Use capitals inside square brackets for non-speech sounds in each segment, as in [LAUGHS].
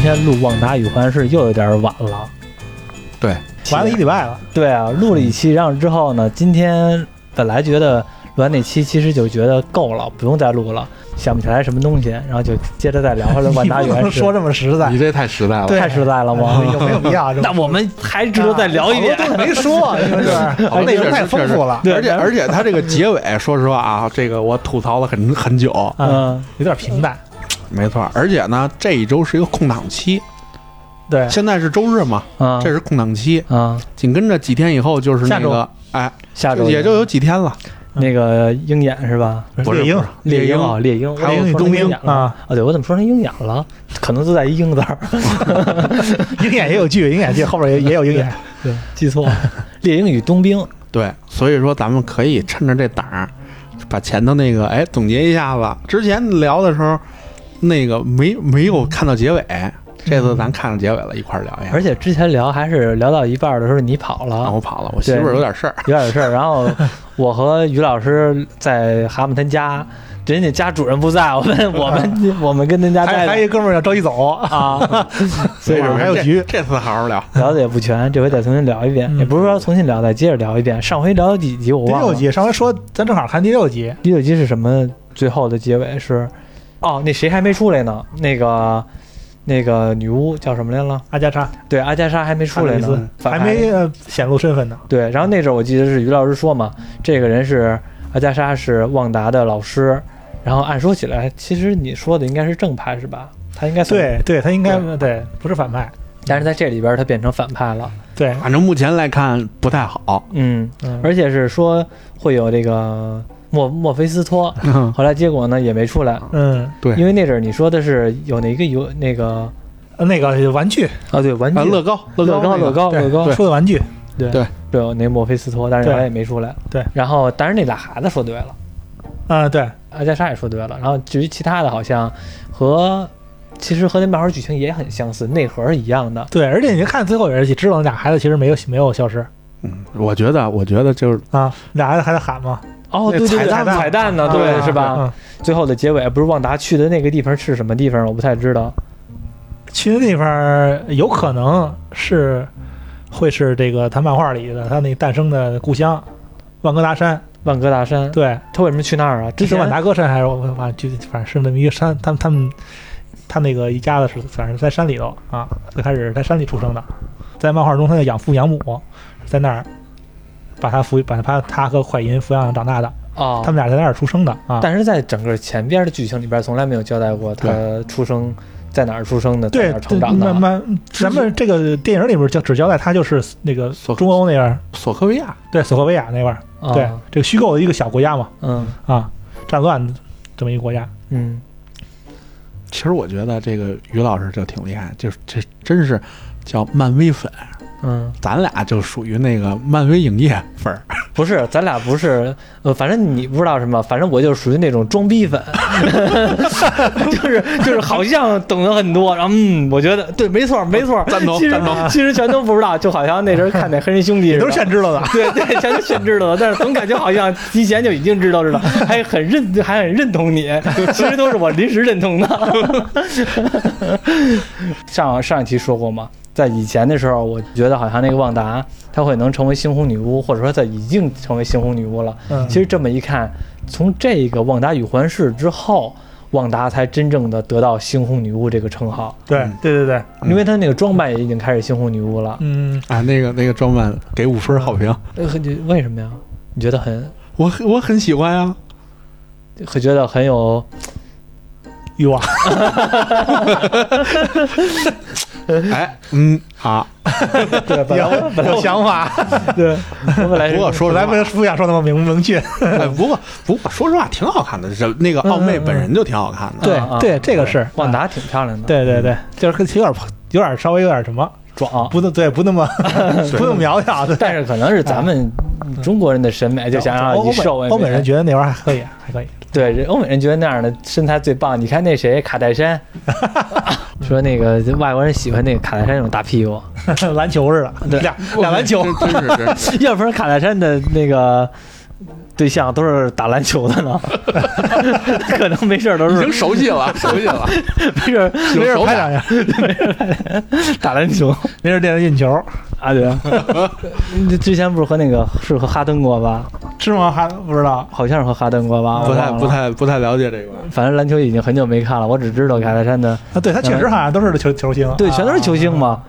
天录《旺达与幻视》又有点晚了，对，玩了一礼拜了，对啊，录了一期，然后之后呢，今天本来觉得录完那期，其实就觉得够了，不用再录了，想不起来什么东西，然后就接着再聊回来《万你达不与能幻视 [LAUGHS] 说》。这么实在你，这太实在了。对太实在了吗？有没有必要？[LAUGHS] 这那么我们还值得再聊一 [LAUGHS] 遍好。多都没说，啊你说是吧？好内哦确容实太丰富了，对而且而且他这个结尾，说实话啊，这个我吐槽了很很久，啊嗯，有点平淡。没错。而且呢，这一周是一个空档期，对，啊现在是周日嘛，嗯，这是空档期，嗯，紧跟着几天以后就是那下个周，哎，下周也就有几天了。那个鹰眼是吧？不是猎鹰不是猎鹰鹰啊，猎鹰，还有我怎么说成冬鹰鹰眼了啊，啊，对我怎么说成鹰眼了？可能就在一鹰字儿，鹰眼也有剧，鹰眼剧后边也也有鹰眼。对，记错了。猎鹰与冬兵，对，所以说咱们可以趁着这档儿，把前头那个哎总结一下子。之前聊的时候，那个没没有看到结尾，这次咱看到结尾了，一块儿聊一哎下而。且之前聊还是聊到一半儿的时候你跑啊然了后，我跑了，我媳妇儿有点事儿，有点事儿。然 [LAUGHS] 后我和于老师在蛤蟆他家，人家家主人不在，我 [LAUGHS] 们我们我们跟人家还还有在一哥们儿要着急走， [LAUGHS] 啊，所所以以晚上说还有这局这次好好聊。聊的也不全，这回得重新聊一遍，嗯也不是说重新聊，得接着聊一遍。上回聊几集我第忘了，六集上回说咱正好看第六集，第六集是什么？最后的结尾是，哦，那谁还没出来呢？那个那个女巫叫什么来了？阿加莎对，阿加莎还没出来阿加呢莎，反还没呃显露身份呢。对。然后那阵儿我记得是于老师说嘛，这个人是阿加莎是旺达的老师，然后按说起来，其实你说的应该是正派是吧？他应该算，对对，他应该对不是反派。但是在这里边儿他变成反派了，对，反正目前来看不太好。嗯，嗯而且是说会有这个墨墨菲斯托，后来结果呢也没出来，嗯，对因为那阵儿你说的是有哪个有那个呃那个玩具啊，对，玩具啊，乐高，乐高，高，乐高，对乐高，说的玩具，对，有那墨菲斯托，但是对后来也没出来。对，然后但是那俩孩子说对了，啊，对，阿加莎也说对了，然后至于其他的，好像和其实和那漫画剧情也很相似，内核是一样的。对，而且你看最后也是知道那俩孩子其实没有没有消失嗯，我觉得，我觉得就是啊，俩孩子还在喊嘛，哦，那对对彩对，蛋彩蛋呢，对，啊是吧？嗯最后的结尾不是旺达去的那个地方是什么地方？我不太知道。去的地方有可能是会是这个他漫画里的他那诞生的故乡，万哥达山。万哥大山，对，他为什么去那儿啊？嗯之是前万达哥山还是我反正就反正是那么一个山，他们他们他那个一家子是反正在山里头啊，最开始是在山里出生的，在漫画中他的养父养母在那儿把他抚把他他和快银抚养长大的，哦，他们俩在那儿出生的啊。但是在整个前边的剧情里边，从来没有交代过他出生在哪儿出生的，在对哪儿，成对长的慢啊。慢，咱们这个电影里边就只交代他就是那个索中欧那边儿，索科维亚，对，索科维亚那块儿，啊对，这个虚构的一个小国家嘛，嗯啊，战乱这么一个国家，嗯，其实我觉得这个于老师就挺厉害，就是这真是叫漫威粉，嗯，咱俩就属于那个漫威影业粉儿。不是，咱俩不是，呃，反正你不知道什么，反正我就是属于那种装逼粉， [LAUGHS] 就是就是好像懂得很多，然后嗯，我觉得对，没错没错，赞同其实赞同其实全都不知道，就好像那时候看那黑人兄弟似也的，都是现知道的，对对，全都全知道了，但是总感觉好像提前就已经知道似的，还很认还很认同你，其实都是我临时认同的。上上一期说过嘛，在以前的时候，我觉得好像那个旺达她会能成为猩红女巫，或者说她已经成为猩红女巫了。嗯，其实这么一看，从这个旺达与环视之后，旺达才真正的得到猩红女巫这个称号，对嗯对对对，嗯因为她那个装扮也已经开始猩红女巫了。嗯，啊，那个那个装扮给五分好评，呃，你为什么呀？你觉得很我很我很喜欢啊。会觉得很有欲望，哎，嗯，好。对，本来我本来有我想法， [LAUGHS] [LAUGHS] 对，我 [LAUGHS] 哎本来不过是说本实来不话，不想说那么明明确，啊哎不过不过说实话挺好看的，人那个奥妹本人就挺好看的。对对啊对，这个是旺啊达挺漂亮的，，对对对，就是有点有点稍微有点什么，壮，不能对不 [LAUGHS] 那么不那么苗条，对，啊但是可能是咱们中国人的审美，就想让欧你美瘦为美嗯欧美人觉得那玩意儿还可以，还可以，对人欧美人觉得那样的身材最棒。你看那谁卡戴 [LAUGHS] 珊，说那个外国人喜欢那个卡戴珊那种大屁 [LAUGHS] 股， [LAUGHS] 篮球似的，对俩俩篮球，真真是真是要不然卡戴珊的那个对象都是打篮球的 [LAUGHS] 呢，可能没事儿都已是经 [LAUGHS] 熟悉了，熟悉了，没 [LAUGHS] 事儿没事有手拍感两下，打篮球没事练练运球，啊，对 [LAUGHS] 啊，你之前不是和那个是和哈登过吧？是吗？还不知道。好像是和哈登过吧？我不太忘了不，太不太哦了解这个。反正篮球已经很久没看了，我只知道凯泰山的，啊，对他确实好像都是球球星，嗯对，全都是球星啊。嘛，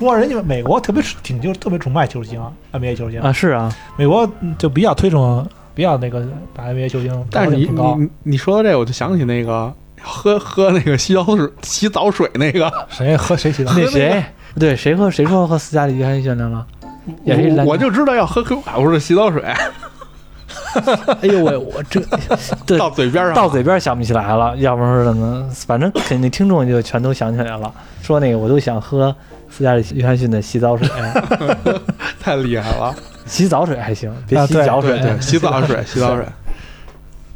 不过人家美国特别挺就特别崇拜球星，NBA 球星啊，是啊，美国就比较推崇，比较那个把 NBA 球星但是你挺高。你你说到这，我就想起那个喝喝那个洗澡水 [LAUGHS] 洗澡水那个，谁和谁哎洗澡？那谁对谁和谁说和斯嘉丽约翰逊聊了？也是我篮球我就知道要喝 Q 卡不是洗澡水，哎呦喂，我这对 [LAUGHS] 到啊嘴边上到嘴边想不起来了，要不是什么，反正肯定听众就全都想起来了。说那个我都想喝斯嘉丽约翰逊的洗 [LAUGHS] 澡水，太厉害了。洗澡水还行，别啊洗对脚水对。对，哎洗澡水，洗澡水，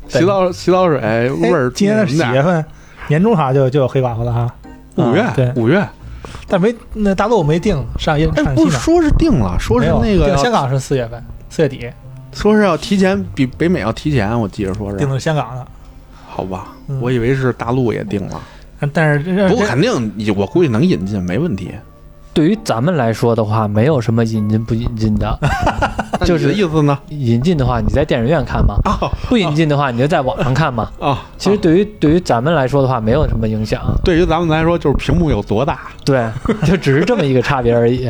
洗澡洗澡水味儿。今年的几月份？年终好像就就有黑寡妇了哈，五啊月对，五月。但没那大陆没定上映哎，上不期是呢，说是定了，说是没有那个定要香港是四月份，四月底说是要提前，比北美要提前，我记着说定是。的是香港的，好吧，嗯我以为是大陆也定了，但但是不人过人肯定你，我估计能引进，没问题。对于咱们来说的话，没有什么引进不引进的，那就你的是意思呢？引进的话你在电影院看嘛，啊不引进的话你就在网上看嘛。啊，其实对于对于咱们来说的话，没有什么影响。啊对于咱们来说，就是屏幕有多大，对，就只是这么一个差别而已。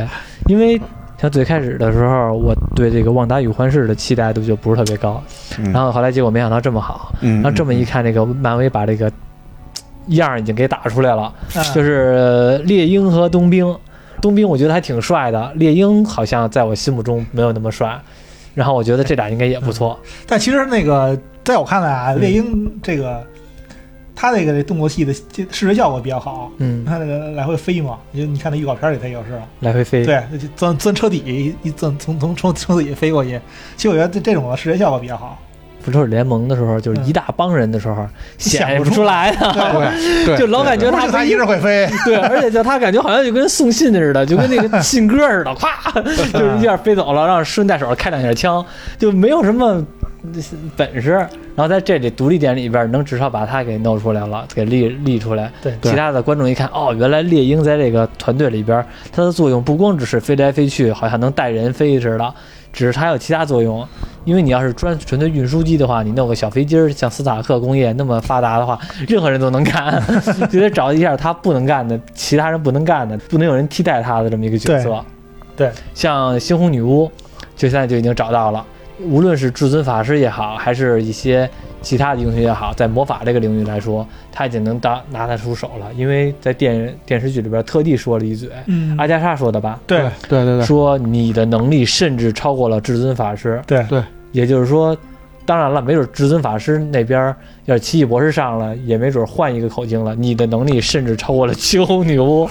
因为像最开始的时候，我对这个《旺达与幻视》的期待度就不是特别高，嗯然后后来结果没想到这么好，嗯，然啊后这么一看，这个漫威把这个嘖样儿已经给打出来了，嗯就是呃猎鹰和冬兵。冬兵我觉得还挺帅的，猎鹰好像在我心目中没有那么帅。然后我觉得这俩应该也不错，但其实那个，在我看来啊，猎鹰这个，他那个这动作戏的视觉效果比较好。嗯你，看那个来回飞嘛，就你看那预告片里他也是，来回飞，对，就钻钻车底一一钻，从从从车底飞过去。其实我觉得这这种的视觉效果比较好。复仇者联盟的时候就是一大帮人的时候，显显不不出出来的，嗯对，[LAUGHS] 对就老感觉不是就他一人会飞， [LAUGHS] 对，啊而且就他感觉好像就跟送信似的，就跟那个信鸽似的，咵，就是一下飞走了，让顺带手开两下枪，就没有什么本事。然后在这里独立点里边，能至少把他给弄出来了，给立立出来。对其他的观众一看，哦，原来猎鹰在这个团队里边，它的作用不光只是飞来飞去，好像能带人飞似的，只是它还有其他作用。因为你要是专纯粹运输机的话，你弄个小飞机儿，像斯塔克工业那么发达的话，任何人都能干， [LAUGHS] 就得找一下他不能干的，其他人不能干的，不能有人替代他的这么一个角色。对对像猩红女巫，就现在就已经找到了。无论是至尊法师也好，还是一些其他的英雄也好，在魔法这个领域来说，他已经能当拿得出手了。因为在电电视剧里边特地说了一嘴，嗯阿加莎说的吧，对对对对，说你的能力甚至超过了至尊法师。对对，也就是说，当然了，没准至尊法师那边要是奇异博士上了，也没准换一个口径了。你的能力甚至超过了七红女 [LAUGHS] 巫，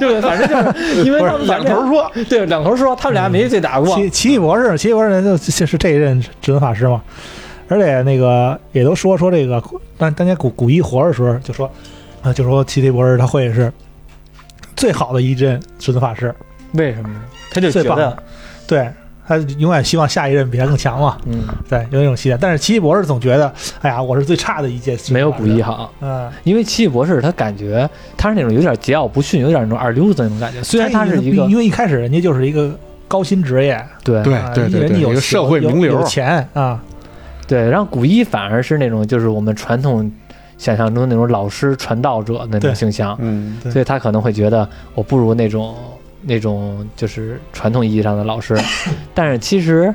对，反正就是因为他们俩两头说，对两头说，他嗯们俩没对打过。奇奇异博士，奇异博士人就是是这一任至尊法师嘛，而且那个也都说说这个，当当年古古一活着的时候就说，啊、就说奇异博士他会是最好的一任至尊法师，为什么呢？他就觉最棒得，对他永远希望下一任比他更强嘛，嗯，对，有那种期待。但是奇异博士总觉得，哎呀，我是最差的一届，没有古啊一，好，嗯，因为奇异博士他感觉他是那种有点桀骜不驯，有点那种二流子那种感觉。虽然他是一个因为一开始人家就是一个高薪职业，对对啊对对人对，家一有个社会名有流有，钱啊，对，然后古一反而是那种就是我们传统想象中那种老师传道者那种对形象，嗯，对所以他可能会觉得我不如那种那种就是传统意义上的老 [LAUGHS] 师，但是其实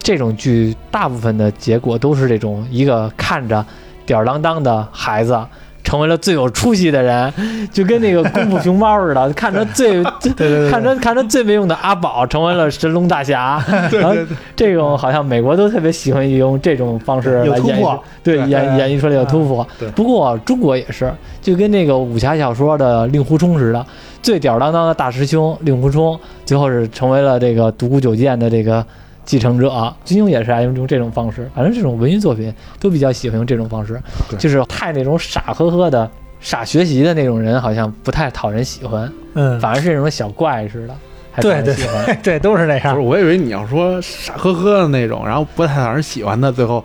这种剧大部分的结果都是这种一个看着吊儿郎当的孩子。成为了最有出息的人，就跟那个功夫熊猫似 [LAUGHS] 的，看着最最对对对，看着看着最没用的阿宝成为了神龙大 [LAUGHS] 侠，对然后对对，这种好像美国都特别喜欢用这种方式有来突演破绎，对对演哎演绎出来有突破对。不过啊中国也是，就跟那个武侠小说的令狐冲似的，最吊儿郎当的大师兄令狐冲，最后是成为了这个独孤九剑的这个继承者。金庸也是爱用用这种方式，反正这种文艺作品都比较喜欢用这种方式，对就是太那种傻呵呵的。傻学习的那种人好像不太讨人喜欢，嗯，反而是那种小怪似的，还对挺对喜欢。 [LAUGHS] 对，都是那啊不是，样。我以为你要说傻呵呵的那种，然后不太让人喜欢的，最后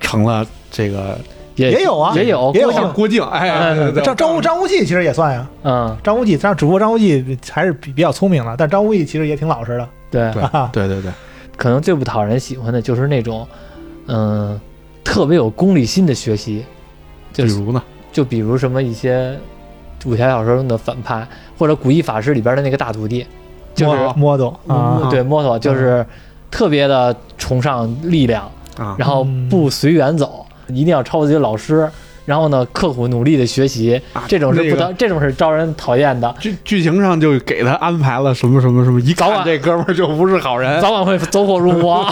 成了这个也也有啊也有也有郭靖啊郭靖。哎哎哎，对对张张无张无忌其实也算呀，嗯，张无忌，但只不过张无忌还是比比较聪明了，但张无忌其实也挺老实的。对，对啊对对对，可能最不讨人喜欢的就是那种，嗯，特别有功利心的学习，比就是如呢，就比如什么一些武侠小说中的反派，或者《古一法师》里边的那个大徒弟，就是摸摸懂嗯啊，嗯对摸索，就是特别的崇尚力量，啊，然后不随缘走，一定要超过自己的老师。然后呢，刻苦努力的学习，啊这种是不那个得，这种是招人讨厌的，剧剧情上就给他安排了什么什么什么，一早看晚这哥们儿就不是好人。早晚会走火入 [LAUGHS] 魔。 [LAUGHS]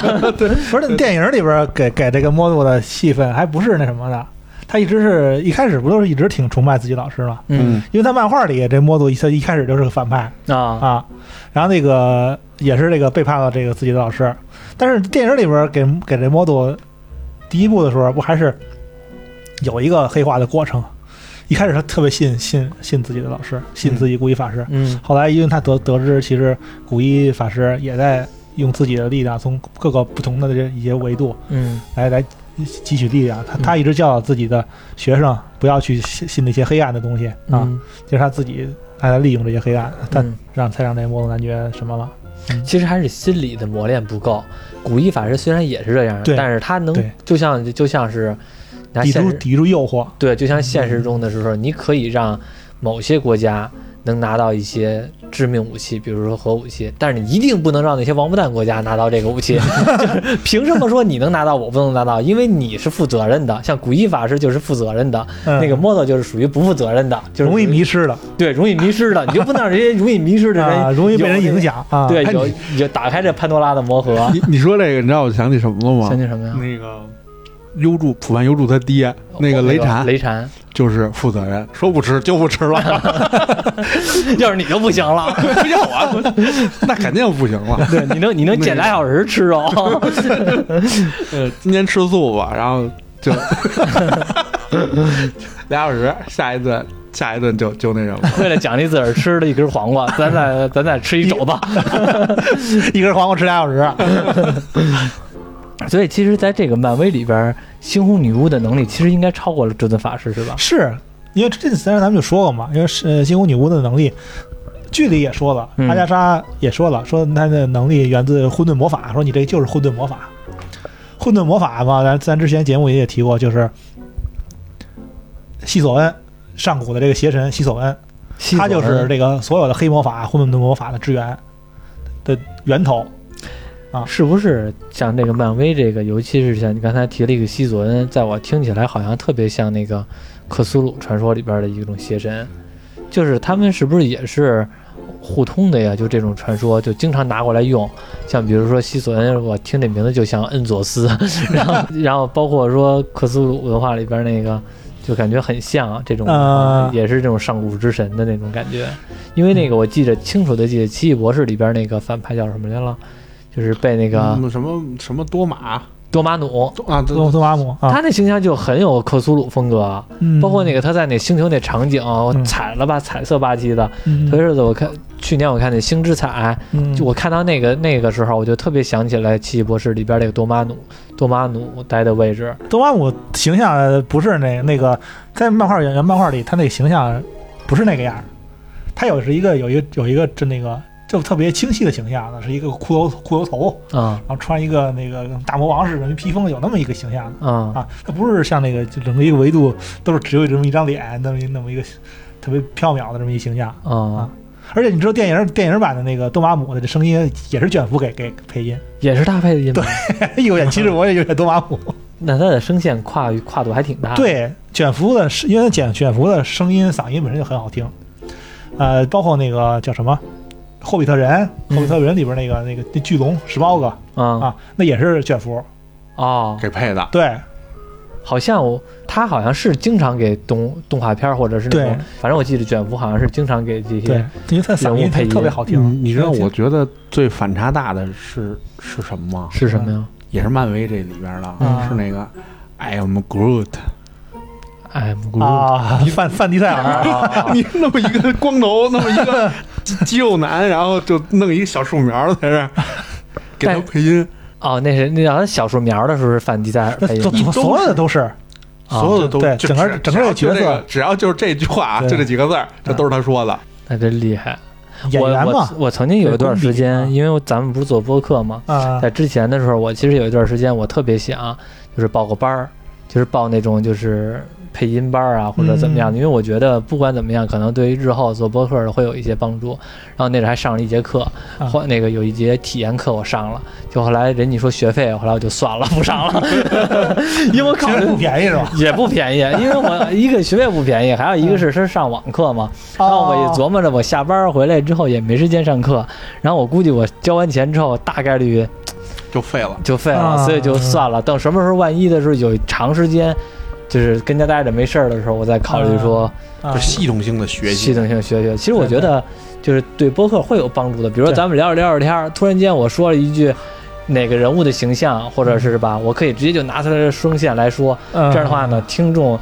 不是那电影里边给给这个摸度的戏份还不是那什么的，他一直是一开始不都是一直挺崇拜自己老师吗？嗯因为他漫画里这摸度一他一开始就是个反派嗯啊，啊，然后那个也是这个背叛了这个自己的老师，但是电影里边给给这摸度第一部的时候不还是有一个黑化的过程，一开始他特别信信信自己的老师，信自己故意法师，嗯后来因为他得得知，其实古一法师也在用自己的力量，从各个不同的这一些维度嗯来来汲取力量。他嗯他一直教导自己的学生不要去信信那些黑暗的东西啊，嗯就是他自己还在利用这些黑暗，他嗯让才让这魔龙男爵什么了。其实还是心理的磨练不够。古一法师虽然也是这样，对但是他能对就像就像是拿抵现住实抵住诱惑，对，就嗯像现实中的时候，你可以让某些国家能拿到一些致命武器，比如说核武器，但是你一定不能让那些王八蛋国家拿到这个武 [LAUGHS] 器。就是凭什么说你能拿到，我不能拿到？因为你是负责任的，像古一法师就是负责任的，嗯那个莫特就是属于不负责任的，就是容易属于迷失的对容易迷失的，你就不能让这些容易迷失的人、啊，容易被人影。响啊。对，哎有你有打开这潘多拉的魔盒，你你说这个，你知道我想起什么了相吗？信嗯什么呀？那个优助普凡优助他爹那个哦雷禅雷禅， [LAUGHS] 就是负责任，说不吃就不吃了， [LAUGHS] 要是你就不行了，不要我，那肯定不行了。 [LAUGHS] 对，你能你能减俩小时吃 [LAUGHS] 哦。呃，今天吃素吧，然后就 [LAUGHS] 俩小时，下一顿下一顿就就那什么。为了奖励自个儿吃了一根黄 [LAUGHS] 瓜，咱再咱再吃一肘子。 [LAUGHS] 一根黄瓜吃俩小时， [LAUGHS] 所以其实，在这个漫威里边儿，猩红女巫的能力其实应该超过了至尊法师，是吧？是因为这次咱们就说过嘛，因为是呃猩红女巫的能力，剧里也说了，嗯阿加莎也说了，说她的能力源自混沌魔法，说你这个就是混沌魔法。混沌魔法嘛，咱咱之前节目也提过，就是西索恩，上古的这个邪神西索恩，他就是这个所有的黑魔法、混沌魔法的支源的源头。是不是像这个漫威这个，尤其是像你刚才提了一个西索恩，在我听起来好像特别像那个克苏鲁传说里边的一种邪神，就是他们是不是也是互通的呀？就这种传说就经常拿过来用，像比如说西索恩，我听这名字就像恩佐斯，然后然后包括说克苏鲁文化里边那个。就感觉很像这种、啊也是这种上古之神的那种感觉，因为那个我记着清楚的记得《奇异博士》里边那个反派叫什么来了，就是被那个、嗯什么什么多玛多玛努，多啊，多多多玛姆啊，嗯他那形象就很有克苏鲁风格，包括那个，个他在那星球那场景，我嗯彩了吧，彩色吧唧的。嗯头一阵子我看去年我看那《星之彩》，嗯就我看到那个那个时候，我就特别想起来《奇异博士》里边那个多玛努，多玛努待的位置。多巴姆形象呃不是那那个，在漫画原原漫画里，他那个形象不是那个样儿，他有是一个有一个有一个就那个就特别清晰的形象的，是一个骷髅骷髅头，啊然后穿一个那个大魔王似的披风，有那么一个形象的啊啊，他不是像那个就整个一个维度都是只有这么一张脸，那么一那么一个特别缥缈的这么一形象。啊！而且你知道电影电影版的那个多巴姆的这声音也是卷福给给配音， [LAUGHS] 也是他配的音吗？有点骑士魔，也有点多巴姆。那他的声线跨跨度还挺大。，对，卷福的声，因为卷卷福的声音嗓音本身就很好听，呃，包括那个叫什么《霍比特人》，《霍比特人》里边那个那个那巨龙十八个啊啊，那也是卷福。哦，给配的，对好像我他好像是经常给动动画片儿或者是那种对，反正我记得卷福好像是经常给这对些。，因为他嗓人音物配音特别好你听。嗯你知道我觉得最反差大的是是什么吗？是什么呀？也是漫威这里边的，哎嗯是那个 I am Groot，哎，咕噜，啊，范范迪塞 [LAUGHS] 尔，你那么一个光头，那么一 [LAUGHS] 个肌肌肉男，然后就弄一个小树苗在这 [LAUGHS] 儿给他但配音， [LAUGHS] 哦，那是那叫他小树苗的时候是范迪塞尔那配音怎的，么所有的都是啊所有的都对就整个只整个有只角要就色这个只要就是这句话，对嗯就这几个字儿，这都是他说的。那真厉害。演员我嘛我我曾经有一段时对功间，底因为咱们不是做播客嘛，啊，在之前的时候，我其实有一段时间我特别想，就是报个班儿，就是报那种就是配音班儿啊，或者怎么嗯样的，因为我觉得不管怎么样，可能对于日后做播客的会有一些帮助。然后那阵还上了一节课，啊后那个有一节体验课我上了，就后来人家说学费，后来我就算了，不上 [LAUGHS] 了，因为我考其实虑不。便宜是吧？也不便宜，因为我一个学费不便宜，还有一个嗯是是上网课嘛，哦然后我也啊琢磨着，我下班回来之后也没时间上课，然后我估计我交完钱之后，大概率就废了。就废了，啊所以就算了。等什么时候万一的时候有长时间，就是跟家待着没事儿的时候，我再考虑说啊就系统性的学系习，统性学学。其实我觉得就是对播客会有帮助的，比如说对咱们聊着聊着天儿，突然间我说了一句。哪个人物的形象，或者是吧，我可以直接就拿出来的声线来说，这这样的话呢，听众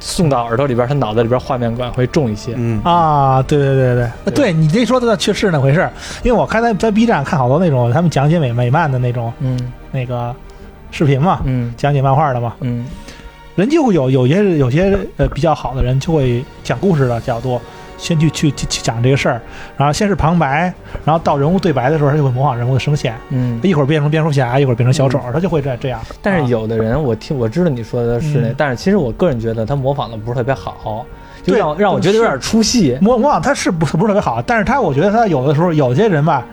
送到耳朵里边，他脑子里边画面感会重一些。嗯，啊，对对对对，呃对你这说的倒确实那回事儿，因为我看在在 B 站看好多那种他们讲解美美漫的那种嗯那个视频嘛，嗯讲解漫画的嘛，嗯人就会有有些有些呃比较好的人就会讲故事的角度，先去去去去讲这个事儿，然后先是旁白，然后到人物对白的时候，他就会模仿人物的声线，嗯。一会儿变成蝙蝠侠，一会儿变成小丑，他就会这这样。啊但啊是有有的人，我听我知道你说的是那，嗯但是其实我个人觉得他模仿的不是特别好，就对让让我觉得有点出嗯戏。模模仿他是不是不是特别好，但是他我觉得他有的时候有些人吧，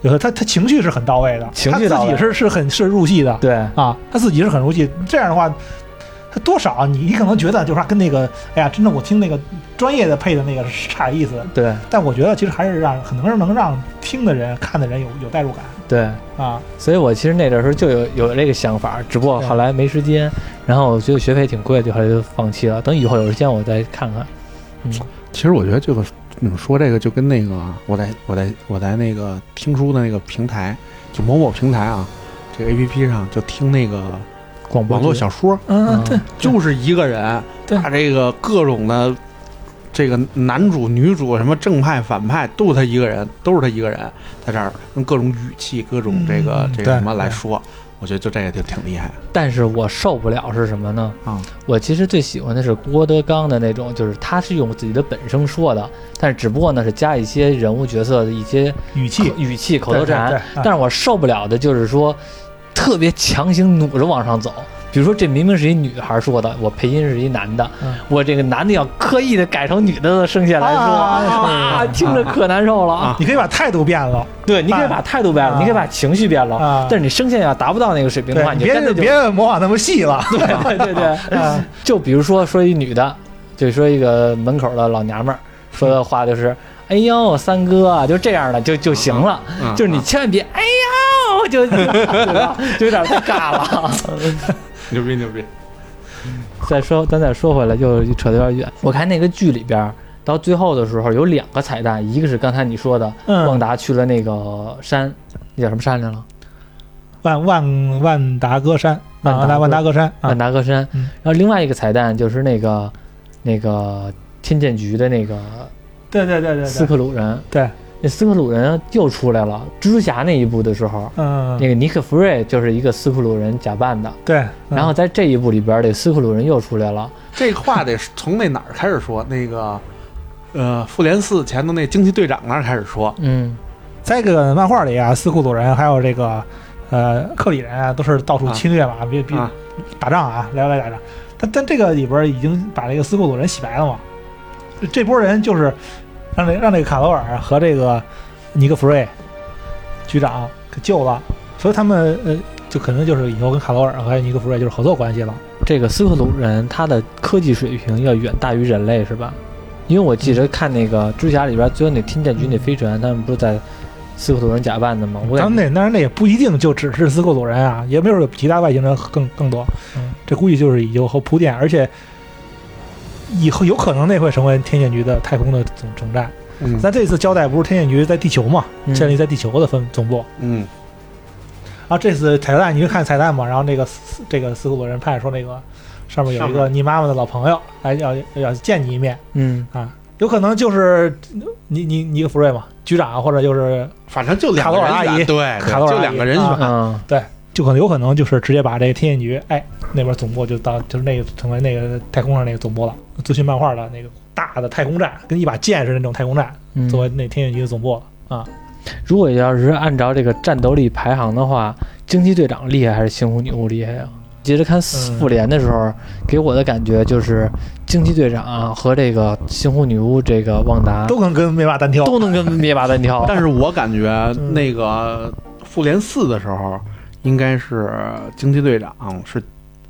有的他他情绪是很到位的，情绪到他位自己是是很是入戏的，对，啊，他自己是很入戏。这样的话，他多少啊你你可能觉得就是说跟那个哎呀，真的我听那个专业的配的那个是差点意思，对，但我觉得其实还是让可能是能让听的人看的人有有代入感对。啊。所以我其实那阵时候就有有这个想法，只不过对后来没时间，然后我觉得学费挺贵，就后来就放弃了。等以后有时间我再看看。其实我觉得这个你们说这个就跟那个我在我在我在那个听书的那个平台，就某某平台啊，这个 A P P 上就听那个广播网络剧小说，嗯对，就是一个人对把这个各种的这个男主女主什么正派反派都是他一个人，都是他一个人在这儿用各种语气、各种这个、嗯这个什么对来说，我觉得就这个就挺厉害但是我受不了是什么呢？啊。我其实最喜欢的是郭德纲的那种，就是他是用自己的本声说的，但是只不过呢是加一些人物角色的一些语气口语气、口头禅对，啊对对但是我受不了的就是说，特别强行努着往上走。比如说，这明明是一女孩说的，我配音是一男的，嗯我这个男的要刻意的改成女的的声线来说，啊啊，听着可难受了啊你可以把态度变了对，你可以把态度变了，啊你可以把情绪变了，啊但是你声线要达不到那个水平的话，对，你你就干脆别就别模仿那么细了对 [LAUGHS] 对对对，啊。就比如说说一女的，就说一个门口的老娘们儿说的话就是。哎呦，三哥啊，就这样的就就行了，嗯就是你嗯千万别哎呦，就 [LAUGHS] 对吧就有点太尬了。牛逼牛逼！ [LAUGHS] 再说，咱再说回来，又扯得有点远。我看那个剧里边儿，到最后的时候有两个彩蛋，一个是刚才你说的，嗯旺达去了那个山，那叫什么山来了？ [LAUGHS] 万万万达歌山，万达万达歌万达歌山啊万，达格山。嗯然后另外一个彩蛋就是那个那个天剑局的那个对对对对斯对，克鲁人，对，那斯克鲁人又出来了。蜘蛛侠那一部的时候，嗯，那个尼克弗瑞就是一个斯克鲁人假扮的，对，嗯然后在这一部里边，这斯克鲁人又出来了。这话得从那哪儿开始说？那个呃，复联四前头那惊奇队长那儿开始说。嗯，在这个漫画里啊，斯库鲁人还有这个呃克里人啊，都是到处侵略嘛，别别、啊打仗啊，来来打仗。但但这个里边已经把这个斯库鲁人洗白了嘛，这这波人就是让这让这个卡罗尔和这个尼克弗瑞局长给救了，所以他们呃就可能就是以后跟卡罗尔和尼克弗瑞就是合作关系了。这个斯克鲁人他的科技水平要远大于人类，是吧？因为我记得看那个蜘蛛侠里边，最后那天剑局那飞船，他们不是在斯克鲁人假扮的吗？我咱感们觉那当然那也不一定就只是斯库鲁人啊，也没准有其他外星人更更多。嗯这估计就是以后铺垫，而且以后有可能那会成为天剑局的太空的总总站。嗯咱这次交代不是天剑局在地球嘛，嗯建立在地球的分总部。啊嗯，然后这次彩蛋，你就看彩蛋嘛，然后那个斯这个斯库鲁人派说那个上面有一个你妈妈的老朋友来要要见你一面，啊嗯，有可能就是你你你一个福瑞嘛，局长啊或者就是反正就两卡个罗尔人阿姨选，对，卡罗对尔阿就两姨个人选啊。嗯，就可能有可能就是直接把这个天眼局，哎，那边总部就到就是那个成为那个太空上那个总部了，资讯漫画的那个大的太空站，跟一把剑似的那种太空站，嗯作为那天眼局的总部了。如果要是按照这个战斗力排行的话，惊奇队长厉害还是猩红女巫厉害呀、接着看四嗯复联的时候，给我的感觉就是惊奇队长、和这个猩红女巫这个旺达都能跟灭霸单挑，都能跟灭霸单挑。但是我感觉嗯那个复联四的时候，应该是惊奇队长是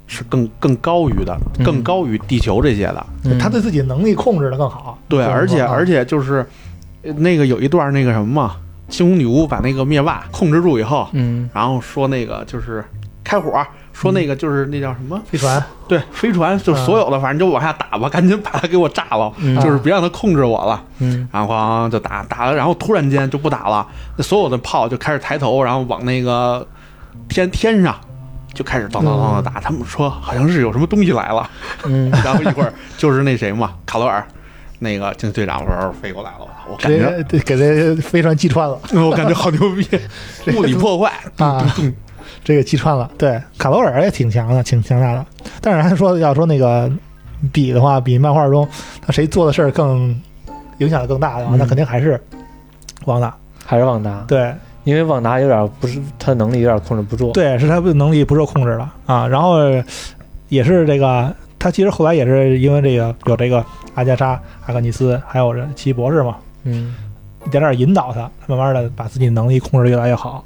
是更更高于的，嗯更高于地球这些的。嗯他对自己能力控制的更好。对，而且而且且就是呃那个有一段那个什么嘛，猩红女巫把那个灭霸控制住以后，嗯然后说那个就是开火，说那个就是那叫什么？飞船对，飞船就所有的，反正就往下打吧， [LAUGHS] 赶紧把它给我炸了，嗯就是别让它控制我了。嗯然后哐就打打了，然后突然间就不打了，那所有的炮就开始抬头，然后往那个天天上就开始当当当的打。他们说好像是有什么东西来了，嗯， [LAUGHS] 然后一会儿就是那谁嘛，卡罗尔。那个惊奇队长玩飞过来了，我感觉直接给这飞船击穿 [LAUGHS] 了，我感觉好牛 [LAUGHS] 逼，物理破坏，啊，这个击穿了。对，卡罗尔也挺强的，挺强大的。但是他说要说那个比的话，比漫画中他谁做的事儿更影响的更大的话，嗯那肯定还是王达。还是旺达，对因为旺达有点不是他能力有点控制不住。对，是他不能力不受控制了啊。然后也是这个，他其实后来也是因为这个有这个阿加莎、阿格尼斯，还有这奇异博士嘛，嗯，一点点引导他，慢慢的把自己能力控制得越来越好。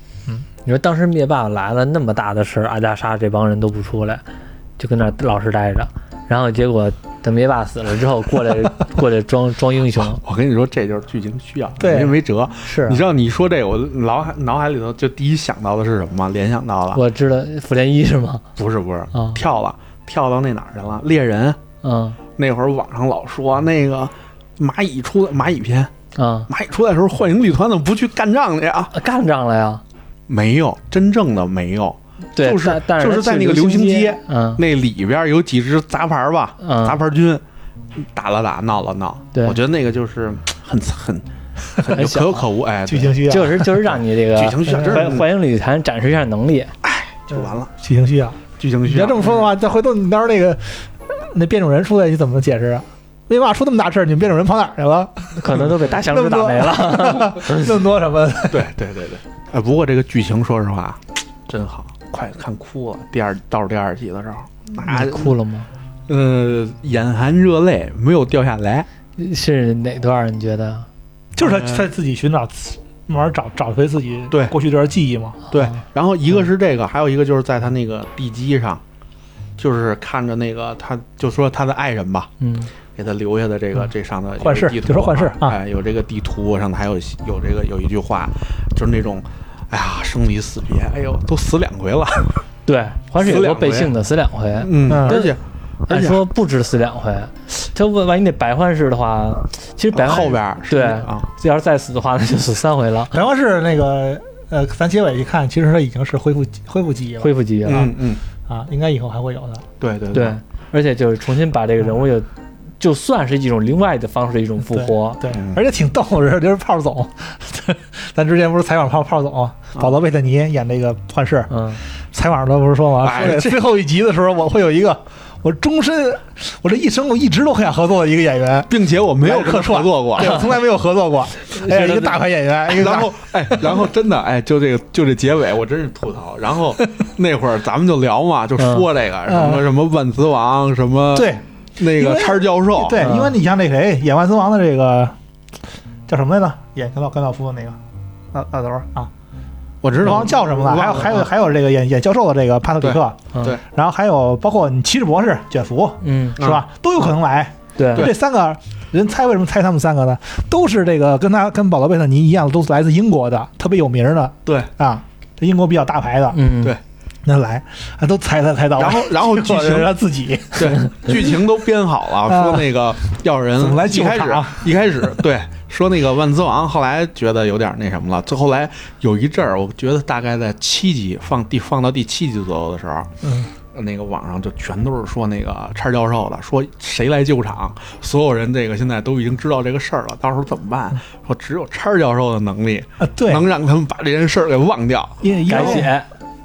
你说当时灭霸来了那么大的事儿，阿加莎这帮人都不出来，就跟那儿老实待着，然后结果等灭霸死了之后过来过来装装英雄， [LAUGHS] 我跟你说，这就是剧情需要，对没没辙。是啊你知道你说这个，我脑海脑海里头就第一想到的是什么吗？联想到了，我知道复联一是吗？不是不是，啊，跳了，跳到那哪儿去了？猎人嗯那会儿网上老说那个蚂蚁出蚂蚁篇，啊，蚂蚁出来的时候，幻影集团怎么不去干仗去啊？干仗了呀，没有，真正的没有。对，就是但但是就是他在去那个流流行街街，嗯那里边有几只杂牌吧，杂嗯，牌军打了打，闹了闹。对我觉得那个就是嗯很很很很有小啊可有可无，哎，剧对情需要，就是就是让你 [LAUGHS] 这个剧情需要，真欢是欢迎旅团展示一下能 [LAUGHS] 力，就完嗯了，剧情需要。剧情需你要要这。么说的话，再回头你到时候那个那变种人出来，你怎么解释啊？为嘛出那么大事儿？你们变种人跑哪儿去了？可能都被大响指那么打多没了。那么多什么？ [LAUGHS] 对对对对，哎，不过这个剧情说实话真好，快看哭了。第二到第二集的时候，那你 [LAUGHS] 哭了吗？嗯呃，眼含热泪，没有掉下来。是哪段儿？你觉得？就是他他自己寻找，慢慢找找回自己哎对过去这段记忆嘛。对啊，然后一嗯个是这个，还有一个就是在他那个地基上，就是看着那个，他就说他的爱人吧，嗯给他留下的这个嗯这上的幻视地图就说幻视啊哎，有这个地图上头还有有这个有一句话，就是那种，哎呀，生离死别，哎呦，都死两 [LAUGHS] 回了，对，环水死有两被回性的死两回，嗯，哎嗯而且而按且说不止死两回。他问万一那白幻视的话，其实白幻后边儿是对啊，要是再死的话，那就死三回了，然后是那个呃，咱结尾一看，其实他已经是恢复恢复记忆了恢复记忆了。嗯嗯，啊，应该以后还会有的。对对对，而且就是重新把这个人物又，就算是一种另外的方式，一种复活。对嗯，而且挺逗，是就是炮总， [LAUGHS] 咱之前不是采访炮炮总啊保罗贝特尼演那个幻视，嗯，采访的不是说吗？哎说这最后一集的时候，我会有一个我终身，我这一生我一直都很想合作的一个演员，并且我没有来跟客他串合作过，对，我从来没有合作 [LAUGHS] 过。哎呀，一个大牌演员，一个大然后哎，然后真的哎，就这个就这结尾，我真是吐槽。然 [LAUGHS] 后那会儿咱们就聊嘛，就说这个、什么什么万磁王，什么嗯对那因个为叉儿教授，对，嗯因为你像那谁演万磁王的这个叫什么来着？演甘道甘道夫的那个大大头儿啊，我知道忘了叫什么了。还有还有还有这个演演教授的这个帕特里克，嗯嗯对然后还有包括你骑士博士卷福嗯，是吧，都有可能来。对嗯这三个人猜为什么猜他们三个呢？都是这个跟他跟保罗贝特尼一样，都是来自英国的，特别有名儿的对。啊，这英国比较大牌的，嗯，对那来啊都猜猜猜到了。然后，然 [LAUGHS] 后剧结果是情他自己，对剧情都编好了，说那个要人啊怎么来一救开始场一开始对说那个万磁王，后来觉得有点那什么了，最后来有一阵儿，我觉得大概在七集放第放到第七集左右的时候，嗯，那个网上就全都是说那个叉教授了，说谁来救场，所有人这个现在都已经知道这个事儿了，到时候怎么办？说只有叉教授的能力嗯啊，对，能让他们把这件事儿给忘掉因为因改为写，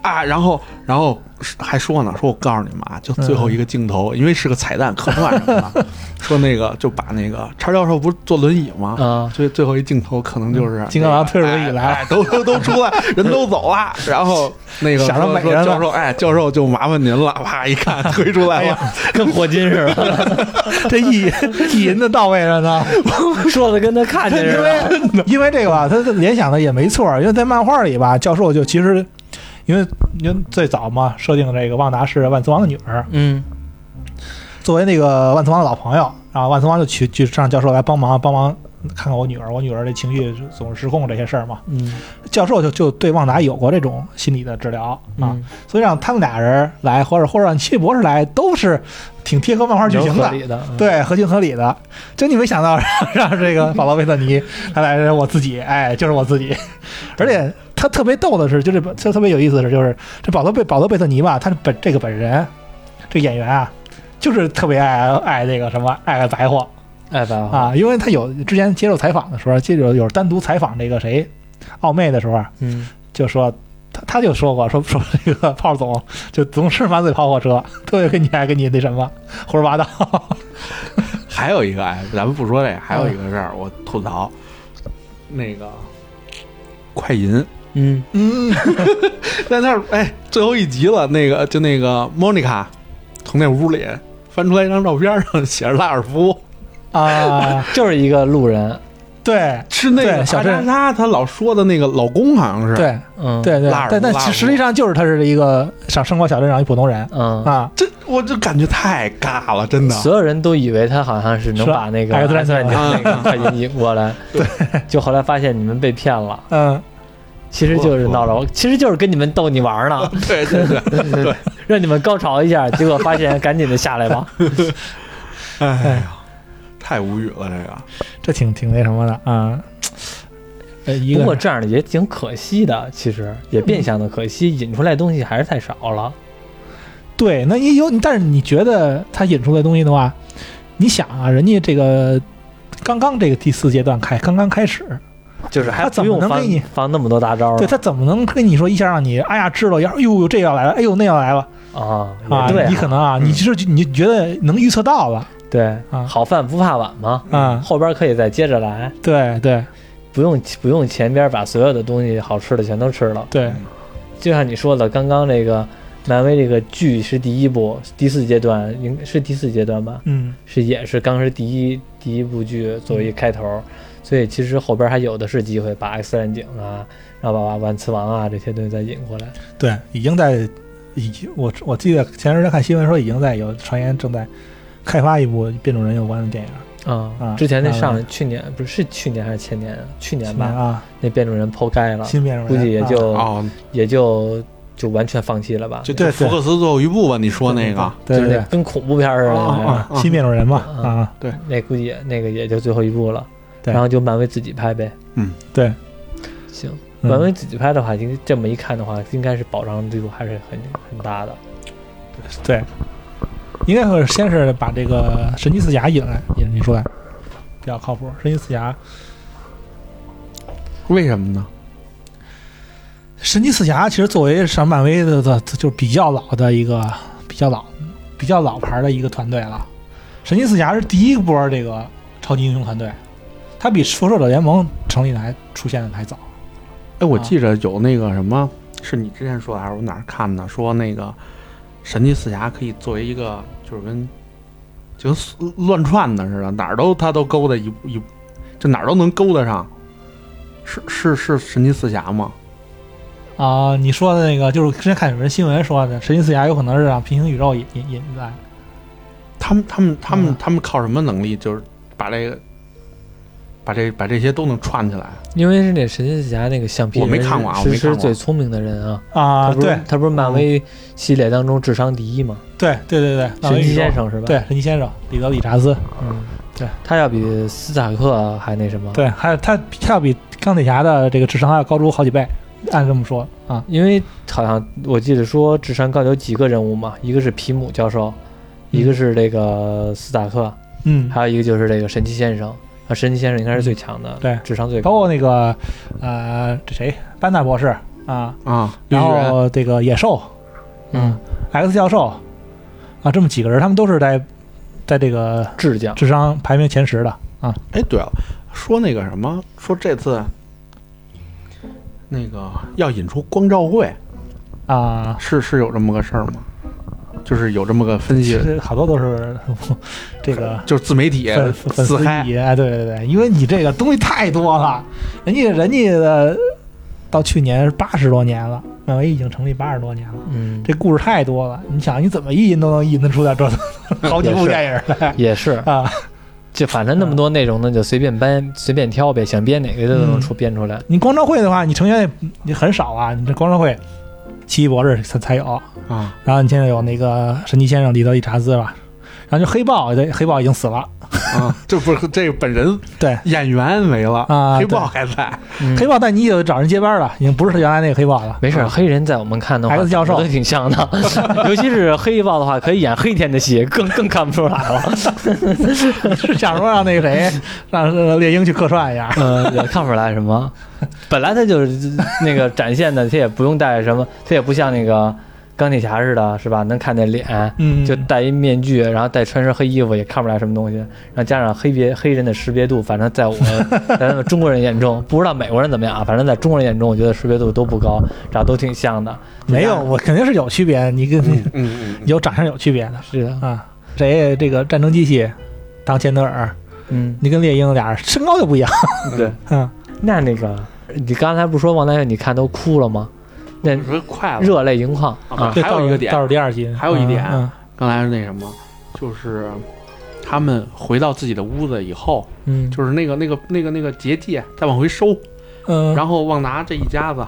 啊。然后，然后还说呢，说我告诉你们啊，就最嗯后一个镜头，因为是个彩蛋客串什么 [LAUGHS] 的，说那个就把那个叉教授不是坐轮椅吗？嗯，所以最后一镜头可能就是嗯金刚狼推着轮椅来了哎哎都都都出来，人都走 [LAUGHS] 了，然后那个想着说美说人了哎教授，哎，教授就麻烦您了，啪一看推出来了，跟霍金似的，这意意淫的到位了呢。说的跟他 [LAUGHS] 看见似的。因为这个吧，他他联想的也没错儿，因为在漫画里吧，教授就其实，因为因为最早嘛，设定这个旺达是万磁王的女儿，嗯，作为那个万磁王的老朋友，然后万磁王就去去让教授来帮忙帮忙看看我女儿，我女儿这情绪总是失控这些事儿嘛。嗯教授就就对旺达有过这种心理的治疗啊，嗯，所以让他们俩人来，或者或者让奇异博士来，都是挺贴合漫画剧情有合的。理的，嗯，对，合情合理的。就你没想到 [LAUGHS] 让让这个保罗·维特尼他来，我自己，哎，就是我自己。 [LAUGHS] 而且他特别逗的是，就这就特别有意思的是，就是这保罗贝保罗·贝特尼吧，他本这个本人，这个演员啊，就是特别爱爱那个什么爱白货哎，白话，啊，因为他有之前接受采访的时候，接着有单独采访这个谁奥妹的时候，啊嗯，就说。他他就说过，说说这个炮总就总是满嘴跑火车，特别跟你爱跟你那什么胡说八道。 [LAUGHS] 还有一个哎，咱们不说这个，还嗯有一个事儿我吐槽，那个快银，嗯，嗯，在那儿哎，最后一集了，那个就那个莫妮卡从那屋里翻出来一张照片，上写着拉尔夫，啊，就是一个路人，对是那个对小阿镇扎莎她老说的那个老公好像是，对嗯，，对对拉尔，但夫但拉尔其夫实际上就是他是一个上生活小镇上一普通人嗯，啊，这我就感觉太尬了，真的。所有人都以为他好像是能是把那个艾克斯兰兰 [LAUGHS] 奇那嗯个快银引过来，对，就后来发现你们被骗了，嗯，其实就是闹着，其实就是跟你们逗你玩儿呢，对对对， [LAUGHS] 让你们高潮一下，结果发现赶紧的下来 [LAUGHS] 吧。 [LAUGHS] 哎呀，太无语了，这个。这挺挺那什么的啊。呃，一不过个这样也挺可惜的，其实也变相的可惜，引出来东西还是太少了。对，那也有，但是你觉得他引出来的东西的话，你想啊，人家这个刚刚这个第四阶段开，刚刚开始，就是还他不怎么用能翻给你翻那么多大招对呢他怎么能跟你说一下让你哎呀知道，呀，哎呦这要来了，哎呦那要来了啊！啊？也对啊，你可能啊，嗯你就是你觉得能预测到了对啊好饭不怕晚嘛，啊？后边可以再接着来，对对不用不用前边把所有的东西好吃的全都吃了。对，就像你说的，刚刚那个漫威这个剧是第一部第四阶段，应该是第四阶段吧？嗯，是也是刚是第一第一部剧作为一开头，所以其实后边还有的是机会把 X 战警啊，然后把万磁王啊这些东西再引过来。对，已经在，已经我我记得前段时间看新闻说已经在有传言正在开发一部变种人有关的电影，啊、啊之前那慢上慢去年不是是去年还是前年啊？去年新吧，啊，那变种人剖开了，新变种估人啊计也就、哦，也就就完全放弃了吧，就对就福克斯最后一部吧，你说那个，对就是对对那跟恐怖片儿似的，哦哦那啊，新变种人嘛嗯啊，个那估计也那个也就最后一部了，对然后就漫威自己拍呗。对，行，嗯漫威自己拍的话，应该这么一看的话，应该是保障力度还是很很大的。对，应该会先是把这个神奇四侠引来引引出来，比较靠谱。神奇四侠，为什么呢？神奇四侠其实作为上漫威的的就是比较老的一个比较老比较老牌的一个团队了。神奇四侠是第一波这个超级英雄团队，它比复仇者联盟成立的还出现的还早。哎，我啊记着有那个什么，是你之前说的还是我哪儿看的？说那个神奇四侠可以作为一个，就是跟就跟乱串的似的，哪儿都他都勾搭一一，就哪儿都能勾搭上。是是是神奇四侠吗？啊、你说的那个就是之前看有人新闻说的，神奇四侠有可能是让平行宇宙引引引来，他们他们他们嗯他们靠什么能力？就是把这个。把这把这些都能串起来，因为是那神奇四侠那个橡皮我人，没看过啊我是没看是过最聪明的人啊啊他不是对他不是漫威系列当中智商第一吗？对对对对，漫神威奇宇宙先生是吧？，嗯对神奇先生里德里查斯，嗯，对，他要比斯塔克还那什么？对，还有他他要比钢铁侠的这个智商还要高出好几倍按这么说啊，因为好像我记得说智山高有几个人物嘛，一个是皮姆教授，一个是这个斯塔克，嗯，还有一个就是这个神奇先生。啊，神奇先生应该是最强的，嗯对智商最包高。括那个呃，这谁，班纳博士啊，啊，然绿巨人后这个野兽嗯， X 教授啊，这么几个人，他们都是在在这个智将智商排名前十的。啊哎，对了，说那个什么，说这次那个要引出光照会，啊，是是有这么个事儿吗？就是有这么个分其析，实好多都是这个就是自媒体粉粉自丝嗨，意淫，哎，对对对，因为你这个东西太多了，人家人家的到去年八十多年了，漫威已经成立八十多年了，嗯，这故事太多了，你想你怎么意淫都能意淫得出点这 [LAUGHS] 好几部电影来也是，啊？就反正那么多内容呢，就随便编随便挑呗，想编哪个都嗯能出编出来。你光照会的话，你成员也也很少啊，你这光照会。奇异博士才才有，啊，然后你现在有那个神奇先生里德理查兹吧，然后就黑豹，对，黑豹已经死了，啊，这不是这本人对演员没了啊黑豹还在，嗯黑豹但你也找人接班了，已经不是他原来那个黑豹了。没事儿，啊黑人在我们看的话， X 教授长得都挺像 [LAUGHS] 的，尤其是黑豹的话，可以演黑天的戏，更更看不出来了。 [LAUGHS] 是想说让那个谁，让呃猎鹰去客串一 [LAUGHS] 下。嗯，也看不出来什么。本来他就是那个展现的，他也不用带什么，他也不像那个钢铁侠似的，是吧？能看见脸，嗯就戴一面具，然后再穿身黑衣服，也看不出来什么东西。然后加上黑别黑人的识别度，反正 [LAUGHS] 在我在咱们中国人眼中，不知道美国人怎么样啊，反正在中国人眼中，我觉得识别度都不高，长得都挺像的。没啊有，我肯定是有区别，你跟、嗯嗯 [LAUGHS] 有长相有区别的是的，啊。谁这个战争机器，当钱德尔，嗯，你跟猎鹰俩人身高就不一样。对。 [LAUGHS] 嗯，那那个，你刚才不是说王大岳你看都哭了吗？那你说快了，热泪盈眶嗯啊啊！这还有一个点倒数第二集，还有一点嗯刚才是那什么，就是他们回到自己的屋子以后，嗯，就是那个那个那个那个结界在往回收，嗯，然后旺达这一家子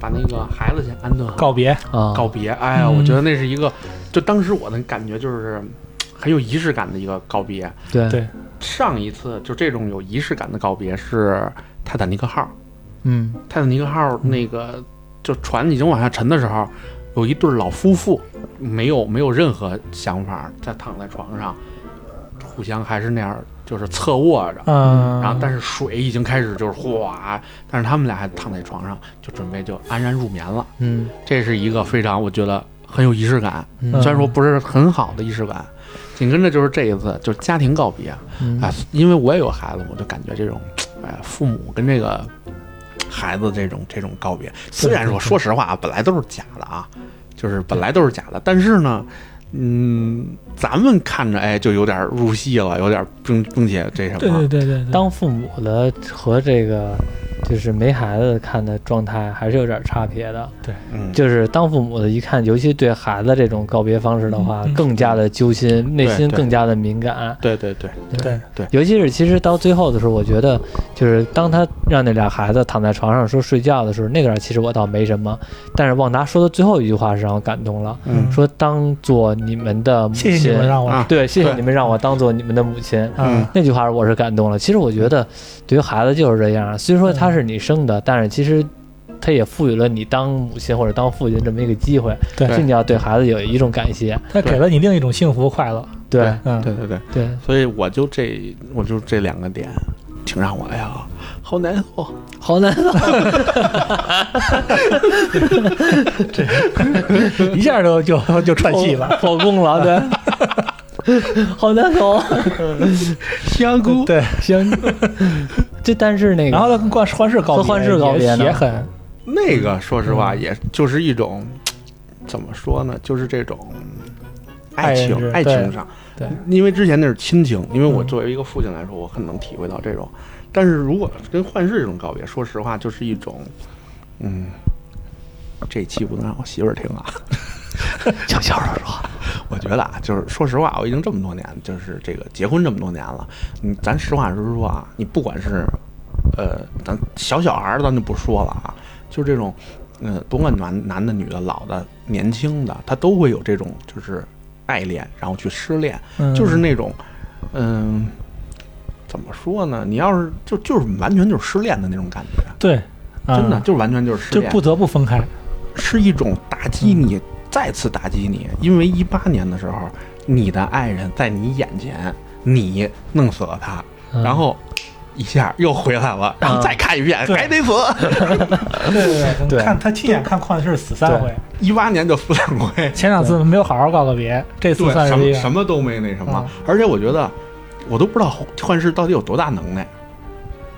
把那个孩子先安顿好。告别，啊，告别。哎呀，嗯我觉得那是一个，就当时我的感觉就是嗯很有仪式感的一个告别。对对上一次就这种有仪式感的告别是泰坦尼克号，嗯泰坦尼克号那个就船已经往下沉的时候，有一对老夫妇没有没有任何想法，在躺在床上，互相还是那样就是侧卧着。嗯，然后，但是水已经开始就是哗，但是他们俩还躺在床上，就准备就安然入眠了。嗯这是一个非常我觉得很有仪式感，嗯虽然说不是很好的仪式感。紧跟着就是这一次，就是家庭告别啊、嗯哎因为我也有孩子，我就感觉这种，哎，父母跟这个孩子这种这种告别，虽然说说实话啊，本来都是假的啊，就是本来都是假的，但是呢，嗯，咱们看着哎就有点入戏了，有点并并且这什么，对对对对对，当父母的和这个就是没孩子看的状态还是有点差别的。嗯，就是当父母的，一看，尤其对孩子这种告别方式的话，嗯嗯更加的揪心，内心对更加的敏感。对对对，对，尤其是其实到最后的时候，我觉得就是当他让那俩孩子躺在床上说睡觉的时候，那段其实我倒没什么，但是旺达说的最后一句话是让我感动了，嗯说当做你们的母亲，谢谢你们让我啊对，谢谢对你们让我当做你们的母亲。嗯啊那句话我是感动了。其实我觉得，对于孩子就是这样，啊虽说他是你生的，但是其实他也赋予了你当母亲或者当父亲这么一个机会，对所以你要对孩子有一种感谢。他给了你另一种幸福快乐。对嗯对对对，对，所以我就这我就这两个点，挺让我哎呀，好难受。好难啊，一下就就就串戏 [LAUGHS] 了。破功了，对。 [LAUGHS] 好难啊走，香菇， [LAUGHS] 对，行。这但是那个，然后他跟幻幻视告别，和幻视告别也呢也很那嗯个说实话，也就是一种怎么说呢，就是这种爱爱情，人之爱情上，对对因为之前那是亲情，因为我嗯作为一个父亲来说，我很能体会到这种。但是如果跟幻视这种告别，说实话，就是一种，嗯，这期不能让我媳妇儿听啊。小小的说，我觉得啊，就是说实话，我已经这么多年，就是这个结婚这么多年了，嗯，咱实话实说啊，你不管是，呃，咱小小孩儿咱就不说了啊，就这种，嗯、呃，甭管男男的、女的、老的、年轻的，他都会有这种就是爱恋，然后去失恋，嗯就是那种，嗯、怎么说呢？你要是就就是完全就是失恋的那种感觉，对，啊真的就是完全就是失就恋，不得不分开。是一种打击你，再次打击你，因为一八年的时候，你的爱人在你眼前，你弄死了他，嗯然后一下又回来了，然后再看一遍，对还得死。 [LAUGHS] 对对对对看他亲眼看旷世死三回，一八年就死两回，前两次没有好好告个别，这次对，算什是一么个什么都没那什么嗯，而且我觉得我都不知道幻视到底有多大能耐。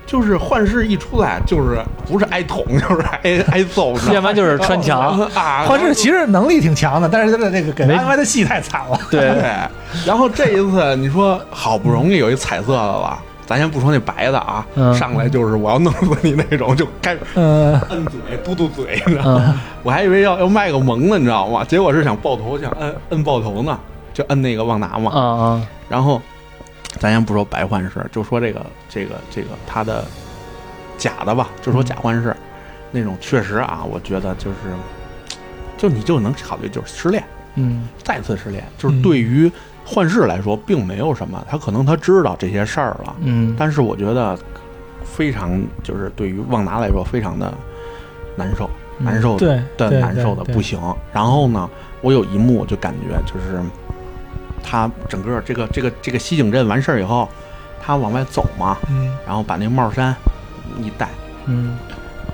就是幻视一出来，就是不是挨捅就是挨挨揍，你知 [LAUGHS] 道吗要不然就是穿墙。啊！幻视其实能力挺强的，但是他的那个给没安排的戏太惨了。对 [LAUGHS] 对，然后这一次你说好不容易有一彩色的了，咱先不说那白的啊，嗯上来就是我要弄死你那种，就开始嗯，摁嘴、嘟嘟嘴，你知道吗？嗯，我还以为要要卖个萌呢，你知道吗？结果是想爆头，想摁摁爆头呢，就摁那个旺达嘛。啊啊，然后咱先不说白幻视，就说这个这个这个他的假的吧，就说假幻视、那种，确实啊，我觉得就是就你就能考虑就是失恋。嗯再次失恋，就是对于幻视来说，并没有什么，他可能他知道这些事儿了，嗯，但是我觉得非常就是对于旺达来说非常的难受，嗯难受对，的对难受的对不行。然后呢，我有一幕就感觉就是他整个这个这个这个西景镇完事儿以后，他往外走嘛，嗯，然后把那帽衫一戴，嗯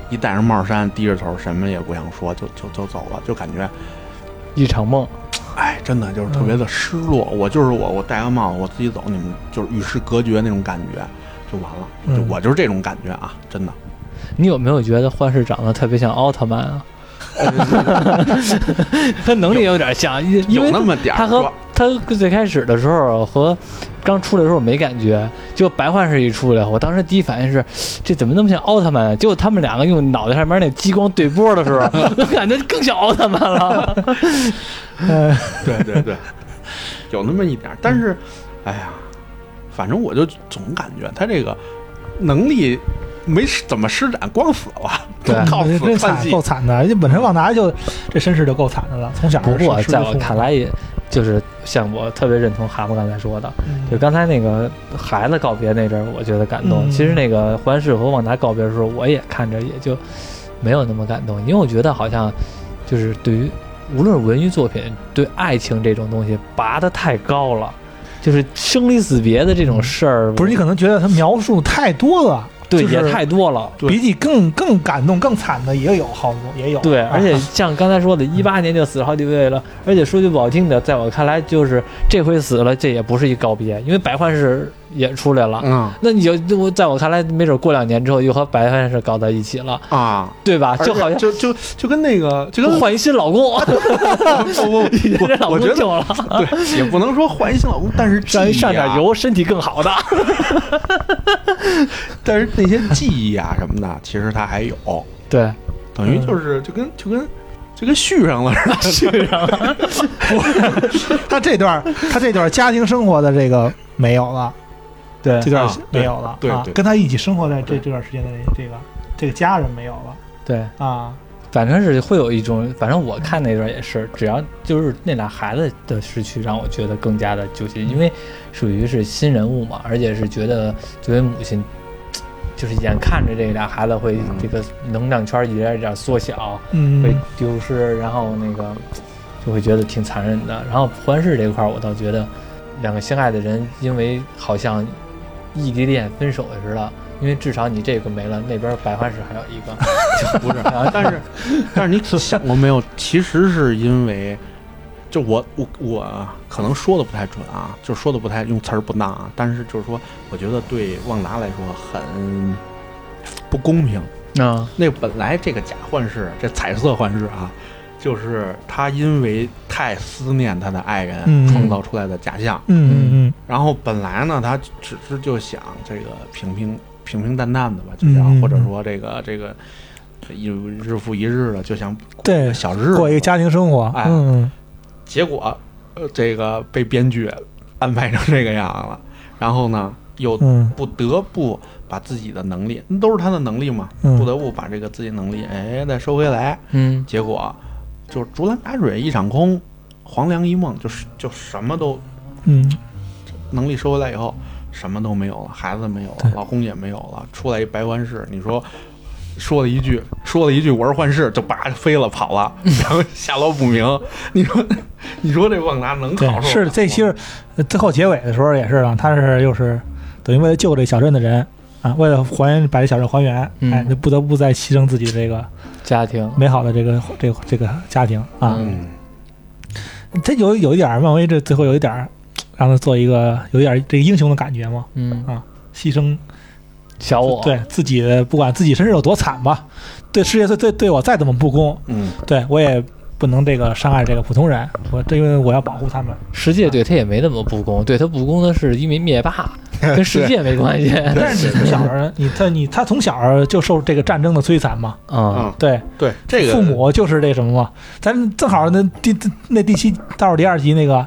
一戴上帽衫，低着头什么也不想说，就就就走了，就感觉一场梦，哎，真的就是特别的失落。嗯我就是我，我戴个帽子，我自己走，你们就是与世隔绝那种感觉，就完了。嗯就我就是这种感觉啊，真的。你有没有觉得幻视长得特别像奥特曼啊？ [LAUGHS] 哎他能力有点像，因因有为那么点儿他和说，他最开始的时候和刚出来的时候没感觉，就白幻视一出来，我当时第一反应是这怎么那么像奥特曼啊？结果他们两个用脑袋上面那激光对波的时 [LAUGHS] 候，我感觉更像奥特曼 [LAUGHS] 了。呃，对对对， [LAUGHS] 有那么一点儿。但是，哎呀，反正我就总感觉他这个能力没施怎么施展，光死了，对光靠死这窜惨戏够。惨的，人家本身旺达就这身世就够惨的了，从小不过在我看来，来，也就是像我特别认同蛤蟆刚才说的，嗯就刚才那个孩子告别那阵儿，我觉得感动。嗯其实那个环视和旺达告别的时候，我也看着也就没有那么感动，因为我觉得好像就是对于无论是文艺作品，对爱情这种东西拔得太高了，就是生离死别的这种事儿，嗯不是你可能觉得他描述太多了，对、就是也太多了。对比你更更感动、更惨的也有好多，也有。对，啊而 [LAUGHS] 且像刚才说的，一八年就死了好几位了，而且说句不好听的，在我看来，就是这回死了，这也不是一告别，因为白幻视也出来了，嗯那你就就我在我看来，没准过两年之后又和白幻视搞到一起了，啊，对吧？而就且好像就就就跟那个就跟 [LAUGHS] 就换一新老公， [LAUGHS] 不不这不，老我公觉得救了，对，也不能说换一新老公，但是让人记忆上点啊油，身体更好的。但是那些记忆啊什么的， [LAUGHS] 其实他还有， [LAUGHS] 对，等于就是就跟就跟就跟续上了 [LAUGHS] 似的。续上了。他这段他这段家庭生活的这个没有了，对这段啊没有了对啊对，跟他一起生活在这这段时间的这个这个家人没有了对，啊，反正是会有一种，反正我看那段也是，只要就是那俩孩子的失去，让我觉得更加的揪心，因为属于是新人物嘛，而且是觉得作为母亲，就是眼看着这俩孩子会嗯这个能量圈一点一点缩小，会嗯，丢失，然后那个就会觉得挺残忍的。然后环视这块儿，我倒觉得两个相爱的人，因为好像异地恋分手似的，因为至少你这个没了，那边白幻石还有一个，不是，啊但是但是你 [LAUGHS] 想过没有？其实是因为，就我我我可能说的不太准啊，就说的不太用词儿不当啊，但是就是说，我觉得对旺达来说很不公平。嗯那本来这个假幻视，这彩色幻视啊，就是他因为太思念他的爱人嗯创造出来的假象。嗯嗯然后本来呢，他只是就想这个平平平平淡淡的吧，就嗯想嗯或者说这个这个一日复一日的，就想过对一个小日嗯，子过一个。家庭生活，哎嗯结果呃，这个被编剧安排成这个样了，然后呢，又嗯不得不把自己的能力，那都是他的能力嘛，嗯不得不把这个自己能力哎再收回来。嗯结果就竹篮打水一场空，黄粱一梦，就是就什么都嗯能力收回来以后，什么都没有了，孩子没有了，对老公也没有了，出来一白环视，你说说了一句，说了一句我是幻视，就叭就飞了 [LAUGHS] 跑了，然后下落不明。你说，你说这旺达能考对，上？是这期是呃最后结尾的时候也是啊，他是又是等于为了救这小镇的人啊，为了还原把这小镇还原，嗯哎，就不得不再牺牲自己的这个家庭，美好的这个这个这个家庭啊。嗯，他有有一点儿漫威这最后有一点儿让他做一个有一点儿这个英雄的感觉嘛，嗯，牺牲小我，对自己的不管自己身世有多惨吧，对世界对对对我再怎么不公，嗯，对我也不能这个伤害这个普通人，我这因为我要保护他们。世界对他也没那么不公，对他不公的是因为灭霸，跟世界没关系。哎但是你从小儿，你他你他从小儿就受这个战争的摧残嘛，嗯，对，对，这个啊父母就是这什么嘛，咱正好那第那第七倒数第二集那个，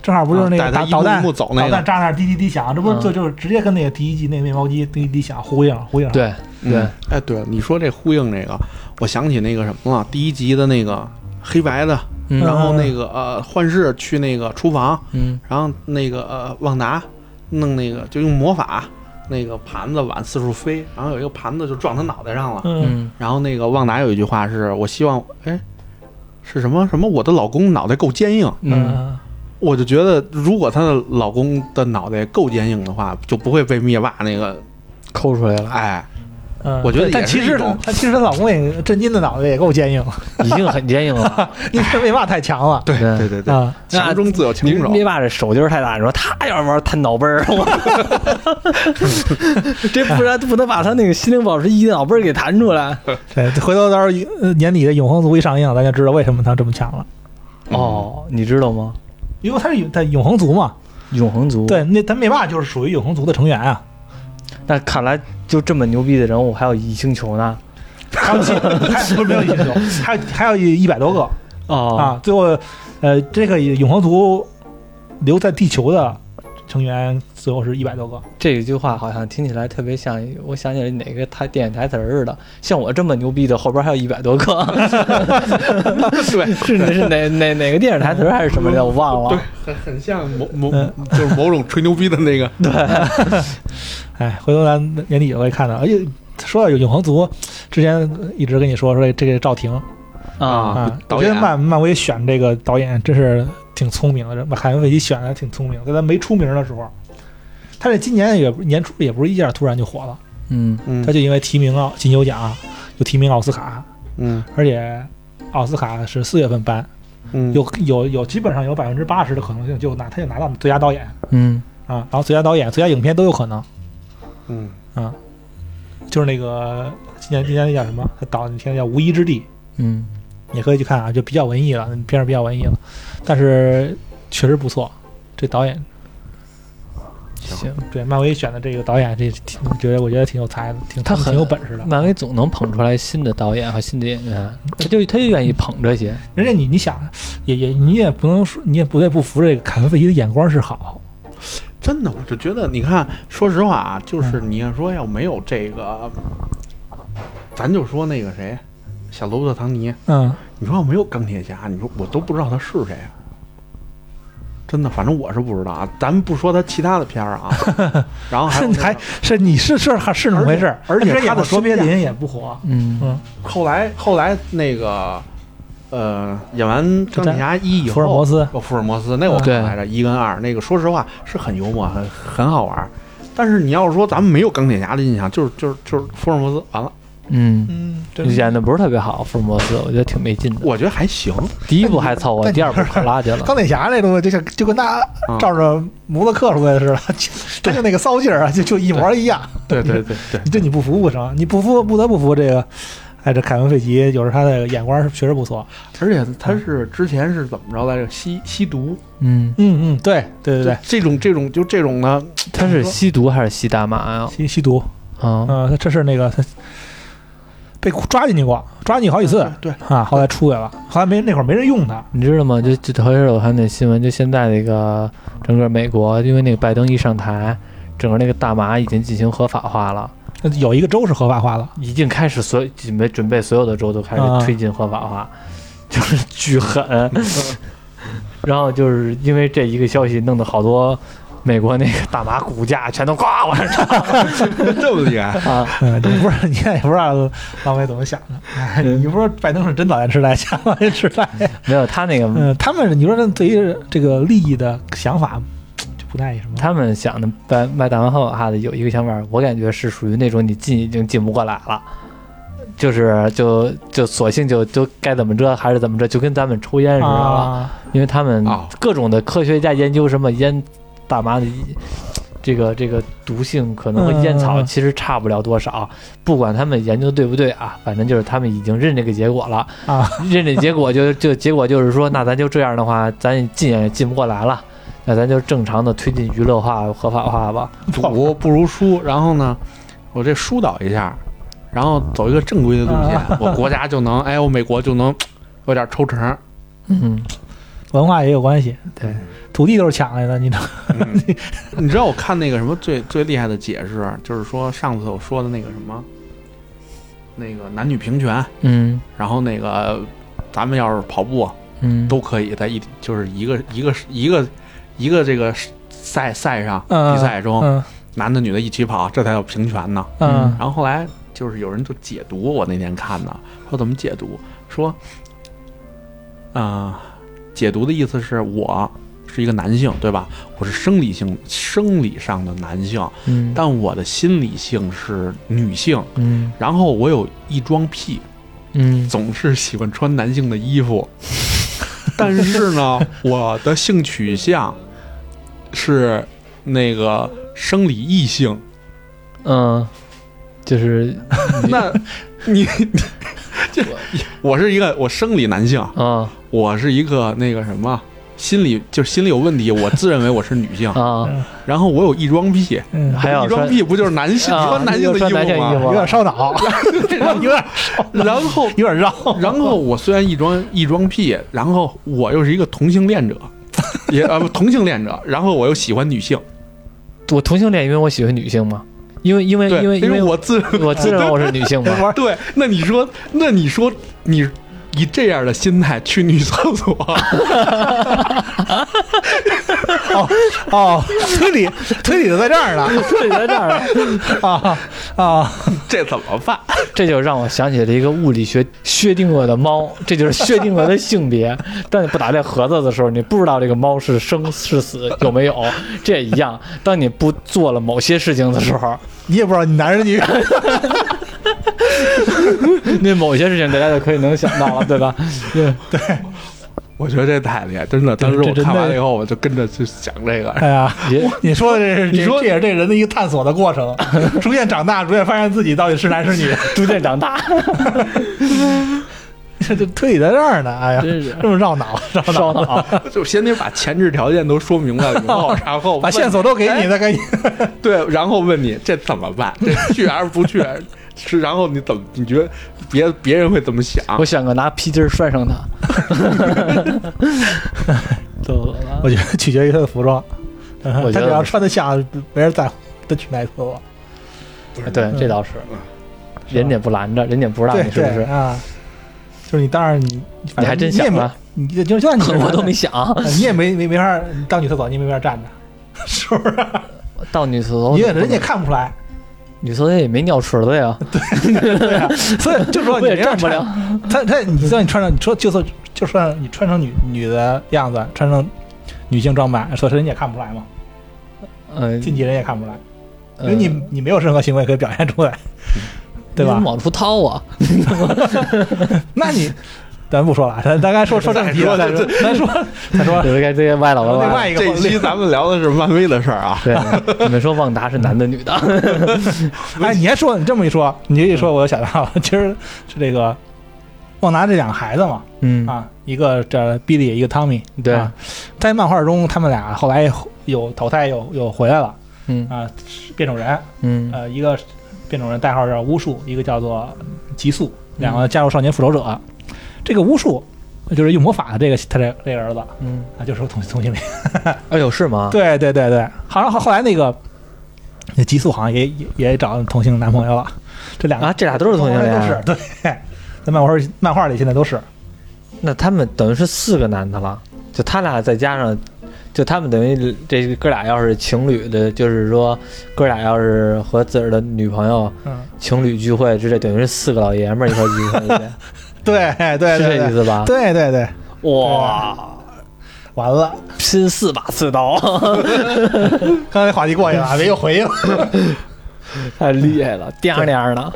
正好不就是那啊带个他导一导幕一弹幕走那导弹个，炸那儿滴滴滴响，这不嗯就就是直接跟那个第一季那个面包机滴滴滴响呼应呼应上，对对嗯，哎，对了，你说这呼应这个，我想起那个什么了，第一集的那个黑白的，嗯然后那个呃幻视去那个厨房，嗯然后那个呃旺达弄那个就用魔法，那个盘子碗四处飞，然后有一个盘子就撞他脑袋上了。嗯，嗯然后那个旺达有一句话是我希望哎是什么什么我的老公脑袋够坚硬，嗯，我就觉得如果她的老公的脑袋够坚硬的话，就不会被灭霸那个抠出来了，哎，嗯，我觉得但也是其一实种她其实她老公也震惊的脑袋也够坚硬，已经很坚硬了。因为 [LAUGHS] 灭霸太强了对对对对对，啊，那强中自有强你中手，灭霸这手劲儿太大，你说他要是玩探脑杯儿，我 [LAUGHS] 这不然不能把他那个心灵宝石一脑杯儿给弹出来。对，回头到时候呃年底的《永恒族》一上映，咱就知道为什么他这么强了，嗯，哦，你知道吗？因为他是永他永恒族嘛，永恒族，对，那他灭霸就是属于永恒族的成员啊，那看来就这么牛逼的人物还有一星球呢。还有七，还不是没有一星球，还有还有一百多个哦，啊。最后，呃，这个永恒族留在地球的成员最后是一百多个。这一句话好像听起来特别像，我想起来哪个台电影台词儿似的。像我这么牛逼的，后边还有一百多个， [LAUGHS] 对。是是哪哪哪个电影台词儿还是什么的，我忘对了。，很很像某某嗯， [LAUGHS] 就是某种吹牛逼的那个，哎，回头咱年底也会看到。而且说到永恒族，之前一直跟你说说这个赵婷啊，啊，导我觉演得漫漫威选这个导演真是挺聪明的，这海文·费奇选的挺聪明的，在他没出名的时候。他这今年也不年初也不是一下突然就火了，嗯嗯他就因为提名奥金球奖，又提名奥斯卡，嗯而且奥斯卡是四月份颁，嗯，有有有基本上有百分之八十的可能性就拿他就拿到最佳导演嗯啊，然后最佳导演、最佳影片都有可能，啊嗯就是那个今年今年那叫什么？他导那片叫《无依之地嗯》，也可以去看啊，就比较文艺了，片儿比较文艺了，但是确实不错。这导演行。对漫威选的这个导演，这挺觉得我觉得挺有才的，挺他很挺有本事的。漫威总能捧出来新的导演和新的演员，他就他就愿意捧这些。人家你你想，也也你也不能说你也不得不服这个凯文费奇的眼光是好，真的，我就觉得，你看，说实话啊，就是你要说要没有这个，咱就说那个谁，小罗伯特·唐尼，嗯你说要没有钢铁侠，你说我都不知道他是谁啊。真的，反正我是不知道啊。咱们不说他其他的片儿 [LAUGHS] 啊，然哦后还有那个还是你是是是那么回事儿，而且而且他的卓身别价林也不火，嗯嗯，后来后来那个呃，演完钢铁侠一以后，福尔摩斯哦，福尔摩斯那我看来着一跟二，那个说实话是很幽默，很很好玩儿。但是你要是说咱们没有钢铁侠的印象，就是就是就是福尔摩斯完了，嗯，嗯，演的不是特别好，福尔摩斯，我觉得挺没劲的。我觉得还行。第一部还凑合，但你第二部可拉去了。钢铁侠那东西就像就跟大嗯家照着模子刻出来的似的，就他就那个骚劲儿啊，就就一模一样。对对对对，这你不服不成，你不服不得不服这个，哎，这凯文费奇有时候他的眼光是确实不错，而且他是之前是怎么着来着？吸吸毒，嗯，嗯嗯，对对对对，这种这种就这种呢，他是吸毒还是吸大麻呀？吸吸毒，啊， [LAUGHS] 嗯、他这是那个他被抓进去过，抓进去好几次对，啊，后来出来了，后来没那会儿没人用他，你知道吗？就就头一阵我看那新闻，就现在那个整个美国，因为那个拜登一上台，整个那个大麻已经进行合法化了，有一个州是合法化 [LAUGHS] 了，已经开始所有准备准备所有的州都开始啊推进合法化， [LAUGHS] 就是 [LAUGHS] 巨狠。然后就是因为这一个消息，弄得好多美国那个大麻股价全都呱往上涨这么厉害，啊！嗯，你不是，你也不知道老美怎么想的。哎，你不是拜登是真讨厌痴呆，想讨厌痴呆。没有他那个 [LAUGHS] 嗯，他们你说这对于这个利益的想法就不太什么。他们想的卖卖大麻后哈的有一个想法，我感觉是属于那种你进已经进不过来了，就是就就索性就就该怎么着还是怎么着，就跟咱们抽烟似的了。啊，因为他们哦各种的科学家研究什么烟大麻的这个这个毒性，可能和烟草嗯其实差不了多少。不管他们研究对不对啊，反正就是他们已经认这个结果了啊，认这结果就就结果就是说，那咱就这样的话，咱进也进不过来了。那咱就正常的推进娱乐化、合法化吧。读不如书，然后呢，我这疏导一下，然后走一个正规的路 [LAUGHS] 线，我国家就能，哎，我美国就能有点抽成。嗯，文化也有关系。对，土地都是抢来的，你知道嗯你知道我看那个什么最最厉害的解释，就是说上次我说的那个什么，那个男女平权，嗯然后那个咱们要是跑步嗯，都可以在一就是一个一个一个一个这个赛赛上嗯比赛中，嗯男的女的一起跑，这才叫平权呢。嗯然后后来就是有人就解读我那天看的，说怎么解读，说，啊、解读的意思是我是一个男性，对吧？我是生理性生理上的男性，嗯但我的心理性是女性。嗯然后我有一装癖，嗯总是喜欢穿男性的衣服， [LAUGHS] 但是呢，我的性取向是那个生理异性。嗯，就是那 [LAUGHS] 你你这，我是一个我生理男性，啊我是一个那个什么。心理就是心理有问题，我自认为我是女性，啊，然后我有异装癖，嗯，还要异装穿癖不就是男性、啊穿男性的穿男衣性衣服吗？服有点烧脑， [LAUGHS] 有点然后，有点绕。然后我虽然异装异装癖，然后我又是一个同性恋者，也啊不同性恋者，然后我又喜欢女性，我同性恋，因为我喜欢女性嘛，因为因为对，因为因因为我自我自认我是女性嘛， [LAUGHS] 对，那你说，那你说你以这样的心态去女厕所， [LAUGHS] 哦，推理推理就在这儿呢对，在这儿，啊啊！这怎么办？这就让我想起了一个物理学薛定谔的猫，这就是薛定谔的性别。当你不打这盒子的时候，你不知道这个猫是生是死有没有，这也一样。当你不做了某些事情的时候，你也不知道你男人女人，那某些事情大家就可以能想到了，对吧？对，我觉得这太厉害，真的。这当时我这真看完的了以后，我就跟着去想这个。哎呀，也你说的这是，你说这也是这人的一个探索的过程，逐渐长大，逐渐发现自己到底是男是女， [LAUGHS] 逐渐长 [LAUGHS] 大，这这推理在这儿呢。哎呀，真是这么绕脑， [LAUGHS] 绕脑，烧脑。就先得把前置条件都说 [LAUGHS] 明白了以后，然后把问线索都给你，哎再 [LAUGHS] 给你。对，然后问你这怎么办？这去还是不去？是，然后你怎么？你觉得别别人会怎么想？我选个拿皮筋儿拴上它， [LAUGHS] 走了我。觉得取决于他的服装，我他觉只得要穿的像，没人在乎他去哪一厕所，对，这倒是，人家不拦着，人家不让嗯对你，是不对是？啊，就是你当然你你还真想了了，你就就 [LAUGHS] 算你 [LAUGHS] 是我男都的没想你也没没没法儿你到女厕所，你也没法儿站着， [LAUGHS] 是不是？到女厕所，因为人家也看不出来，女厕所也没尿池子呀，对啊，所以就说 [LAUGHS] 你我也没法站儿不站了。。他他，你就算你穿上，你说就算就算你穿成女女的样子，穿成女性装扮，说人家也看不出来嘛，嗯，进去人也看不出来，呃因为你你没有任何行为可以表现出来，对吧你？往出掏啊！ [LAUGHS] 那你。咱不说了，咱咱该 [LAUGHS] 说说正题了，咱说咱说咱说这该这些歪了歪了另歪外了。一个这期咱们聊的是漫威的事 [LAUGHS] 儿啊，对，你们说旺达是男的女的？ [LAUGHS] 哎，你还说你这么一说，你这一嗯说我就想到了，其实是这个旺达这两个孩子嘛，嗯，啊，一个这 Billy，一个 Tommy，对啊在漫画中他们俩后来有淘汰又又回来了嗯啊，变种人，嗯呃，一个变种人代号叫巫术，一个叫做极速，两嗯个加入少年复仇者。这个巫术就是用魔法的这个他这这个儿子嗯，啊，就是同同性恋。哎呦是吗？ [LAUGHS] 对对对对，好像后后来那个那极速好像也也也找同性男朋友了，这两个啊，这俩都是同性恋都啊是，对， [LAUGHS] 在漫画漫画里现在都是那他们等于是四个男的了，就他俩再加上就他们等于这个哥俩要是情侣的，就是说哥俩要是和自个儿的女朋友嗯，情侣聚会之类，等于是四个老爷们儿一块儿 [LAUGHS] 聚会去，对对对是这意对思啊吧？对对对，哇，完了，拼四把 [LAUGHS] 刺刀，刚才那话题过去了，别又回去了。太厉害了，颠颠的。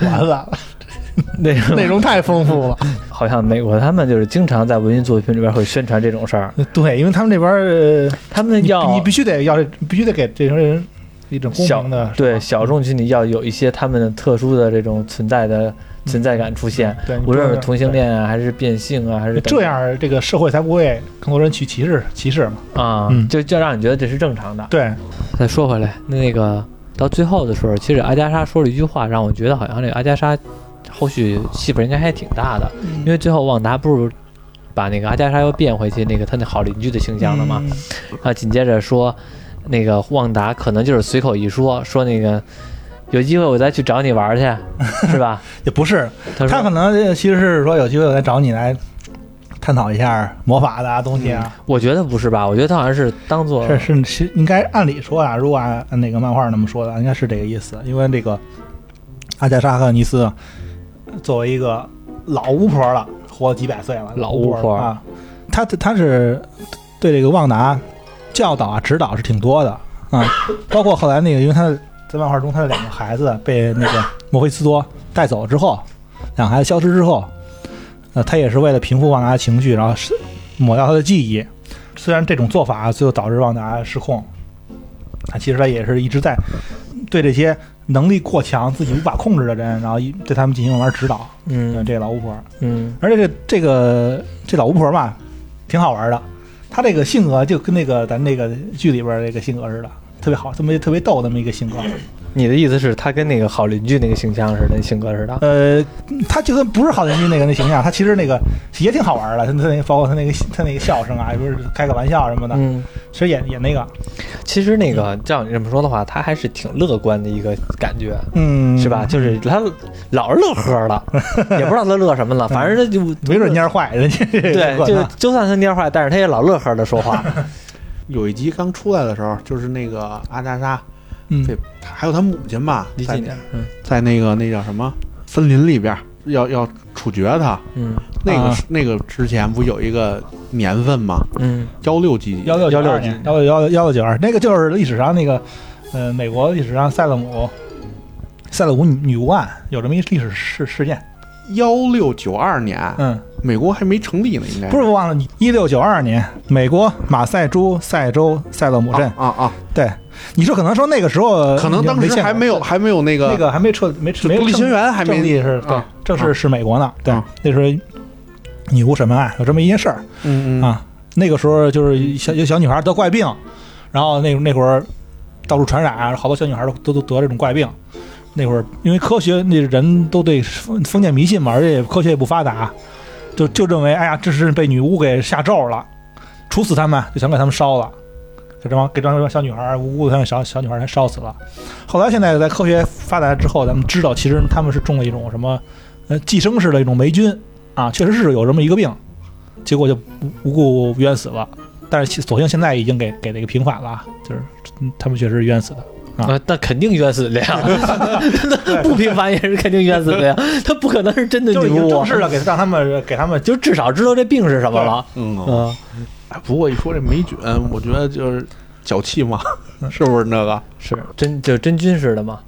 完了， [LAUGHS] 那个内容太丰富了。好像美国他们就是经常在文艺作品里边会宣传这种事儿，对，因为他们这边儿呃他们你要你必须得要，必须得给这种人一种公小平的对小众群体要有一些他们的特殊的这种存在的存在感出现，嗯对，你无论这是样同性恋啊，还是变性啊，还是对等等这样，这个社会才不会更多人去歧视歧视嘛。啊，嗯就就让你觉得这是正常的。对，再说回来，那个到最后的时候，其实阿加莎说了一句话，让我觉得好像这个阿加莎后续戏份应该还挺大的，因为最后旺达不是把那个阿加莎又变回去那个他那好邻居的形象了吗？嗯？然后紧接着说，那个旺达可能就是随口一说，说那个有机会我再去找你玩 [LAUGHS] 去，是吧？也不是，他他可说能这个其实是说有机会我再找你来探讨一下魔法的啊东西啊，嗯我觉得不是吧？我觉得他好像是当嗯做是是是应该按理说啊，如果按按那个漫画那么说的，应该是这个意思，因为这个阿加莎和尼斯作为一个老巫婆了，活了几百岁了，老巫婆了啊，她她是对这个旺达教导啊指导是挺多的 [LAUGHS] 啊，包括后来那个，因为她在漫画中她的两个孩子被那个墨菲斯多带走之后，两个孩子消失之后，呃，她也是为了平复旺达的情绪，然后是抹掉她的记忆。虽然这种做法最后导致旺达失控，啊，其实他也是一直在对这些能力过强、自己无法控制的人，然后一对他们进行玩指导。嗯，嗯这老巫婆，嗯而且这这个这老巫婆吧，挺好玩的。她这个性格就跟那个咱那个剧里边儿那个性格似的，特别好，这么一特别逗那么一个性格。你的意思是，他跟那个好邻居那个形象似的，性格似的。呃，她就跟不是好邻居那个那形象，她其实那个也挺好玩的。她她那个包括她那个她那个笑声啊，不是开个玩笑什么的，嗯，其实也也那个，其实那个照你这么说的话，他还是挺乐观的一个感觉，嗯，是吧？就是他老是乐呵了， [LAUGHS] 也不知道他乐什么了，反正他就嗯没准蔫儿坏，人家对，就就算他蔫坏，但是他也老乐呵的说话。有一集刚出来的时候，就是那个阿加莎，嗯对，还有她母亲吧，理解在一点，嗯在那个那叫什么森林里边，要要处决她。嗯那个、啊那个之前不有一个年份吗？嗯，幺六几幺六1692六年幺六幺幺六九二，那个就是历史上那个，呃，美国历史上塞勒姆，塞勒姆女女巫案有这么一历史事事件，幺六九二年，嗯，美国还没成立呢，应该不是忘了，一六九二年，美国马赛诸塞州塞勒姆镇，啊啊对，你说可能说那个时候啊，可能当时还没有还没有那个那个还没撤没就没独立正宣言还没正立是啊对，正式是美国呢，对啊，那时候女巫审判案有这么一件事儿，嗯嗯啊那个时候就是小有小女孩得怪病，然后那那会儿到处传染，好多小女孩都都都得这种怪病。那会儿因为科学那人都对封封建迷信嘛，而且科学也不发达，就就认为哎呀这是被女巫给下咒了，处死他们就想给他们烧了。给这帮给这帮小女孩无辜的小小女孩全烧死了。后来现在在科学发达之后，咱们知道其实他们是中了一种什么呃寄生式的一种霉菌啊，确实是有这么一个病，结果就无故冤死了。但是索性现在已经给给那个平反了啊，就是嗯他们确实是冤死的。啊呃，那肯定冤死的 [LAUGHS] 呀，那不平凡也是肯定冤死的呀，他不可能是真的就已女经巫正啊，式的给让他们给他们就至少知道这病是什么了。嗯啊嗯，哎不过一说这霉菌，我觉得就是脚气嘛，是不是那个是真就真菌似的嘛，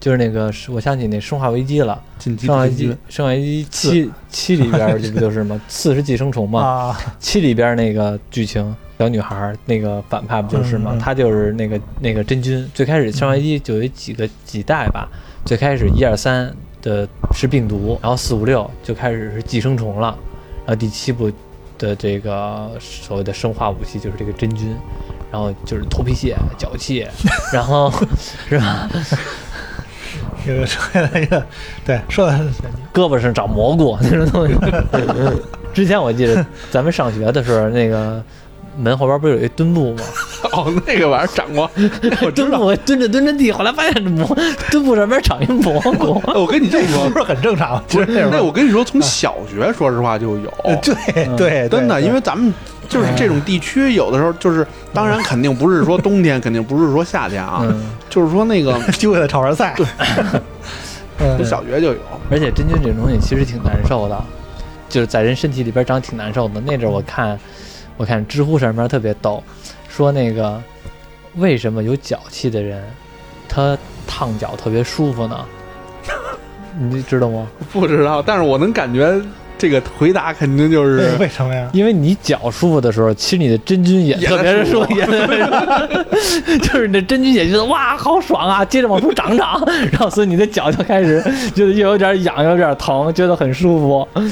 就是那个是我想起那《生化危机》了，进《击生化危进机》击《生化危机七》七里边儿这不就是 [LAUGHS] 吗？四十寄生虫嘛，啊，七里边儿那个剧情。小女孩儿那个反派不就是吗？嗯嗯她就是那个那个真菌。最开始《生化危机》就有几个几代吧，最开始一二三的是病毒，然后四五六就开始是寄生虫了，然后第七部的这个所谓的生化武器就是这个真菌，然后就是头皮屑、脚气，然后 [LAUGHS] 是吧？这个说的那个对说的胳膊上长蘑菇 [LAUGHS] 那种东西。嗯之前我记得咱们上学的时候，那个门后边不是有一墩布吗？ [LAUGHS] 哦，那个玩意儿长过， [LAUGHS] 我知蹲道。我蹲着蹲着地，后来发现这 [LAUGHS] 蘑蹲不上边长一蘑菇。哎我跟你这么不 [LAUGHS] 说，是很正常。其不实是那会那儿我跟你说，从小学说实话就有，哎呃 [LAUGHS] 对嗯对，对真的，对因为咱们就是这种地区，有的时候就是，当然肯定不是说冬天，肯定不是说夏天啊，嗯，就是说那个就为了炒盘菜， [LAUGHS] 对，从嗯，小学就有。而且真菌这种东西其实挺难受的，就是在人身体里边长挺难受的。那阵儿我看，我看知乎上面特别逗，说那个为什么有脚气的人，他烫脚特别舒服呢？你知道吗？不知道，但是我能感觉这个回答肯定就是为为什么呀？因为你脚舒服的时候，其实你的真菌也也特别在舒舒服服，也特别舒服 [LAUGHS] 就是你的真菌也觉得哇好爽啊，接着往出长长， [LAUGHS] 然后所以你的脚就开始觉得又有点痒，又有点疼，觉得很舒服。 [LAUGHS]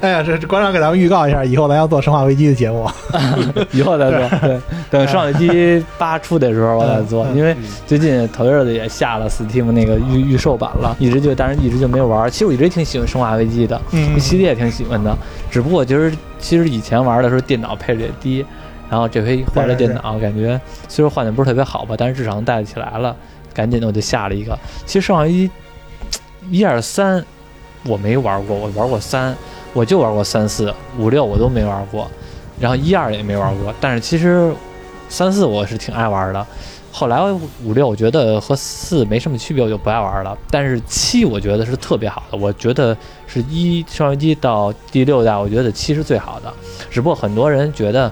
哎呀，这这馆长给咱们预告一下，以后咱要做《生化危机》的节目，以后再做。对，等上一期八出的时候我再做，嗯嗯因为最近头一阵子也下了 Steam 那个预预售版了，一直就但是一直就没玩儿。其实我一直挺喜欢《生化危机》的，嗯这系列也挺喜欢的，只不过我觉得其实以前玩的时候电脑配置也低。然后这回换了电脑，感觉虽说换的不是特别好吧，但是至少能带得起来了。赶紧的我就下了一个。其实《生化危机》一二三我没玩过，我玩过三，我就玩过三四五六我都没玩过，然后一二也没玩过。但是其实三四我是挺爱玩的，后来五六我觉得和四没什么区别，我就不爱玩了。但是七我觉得是特别好的，我觉得是一上一机到第六代，我觉得七是最好的。只不过很多人觉得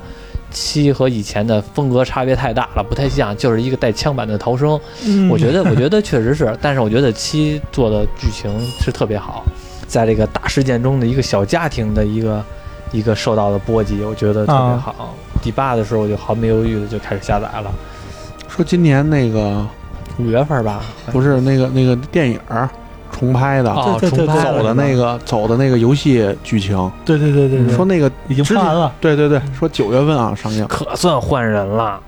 七和以前的风格差别太大了，不太像，就是一个带枪版的逃生。嗯嗯我觉得， [LAUGHS] 我觉得确实是，但是我觉得七做的剧情是特别好，在这个大事件中的一个小家庭的一个一个受到的波及，我觉得特别啊好。第八的时候，我就毫没犹豫的就开始下载了，说今年那个五月份吧，不是那个那个电影儿重拍的，哦，对对重对拍对走了的那个走的那个游戏剧情，对对对对嗯对，说那个已经之拍前完了，对对对，说九月份啊上映，可算换人 [LAUGHS] 了，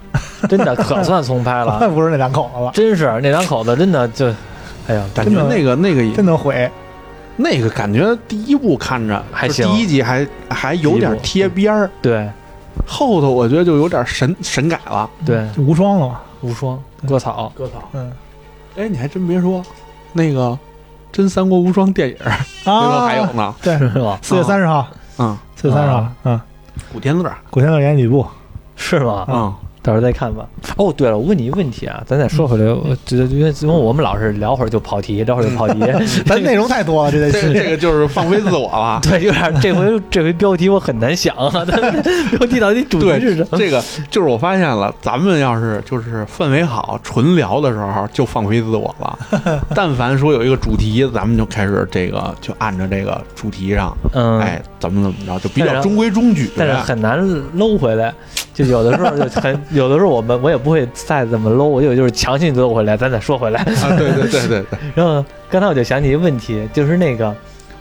真的可算重拍那了，不是那两口子了，真是那两口子真的就，哎呀，感觉真的那个那个也真能毁，那个感觉第一部看着还就行第一集还还有第点一部贴边儿，对后头我觉得就有点神神改了。对，嗯就无双了嘛，无双割草，嗯割草，嗯哎，你还真别说，那个《真三国无双》电影儿最后啊， [LAUGHS] 还有呢，对，是吗？四月三十号，嗯，四月三十号，嗯，古天乐，古天乐演吕布，是吗？嗯，到时候再看吧。哦，对了，我问你一问题啊，咱再说回来，嗯我觉得因为因为我们老是聊会儿就跑题，聊会儿就 [LAUGHS] 跑题，。咱内容太多了，这得这个这 [LAUGHS] 是个就是放飞自我了 [LAUGHS] 对，有点这回这回标题我很难想啊， [LAUGHS] 标题到底主题对是什，么？这个就是我发现了，咱们要是就是氛围好，纯聊的时候就放飞自我了。但凡说有一个主题，咱们就开始这个就按照这个主题上，嗯，哎，怎么怎么着，就比但较是中规中矩。啊但是很难搂回来。就有的时候就 [LAUGHS] 很，有的时候我们我也不会再怎么搂，我有就是强行搂回来，咱再说回来。啊，对对对对对，然后刚才我就想起一个问题，就是那个《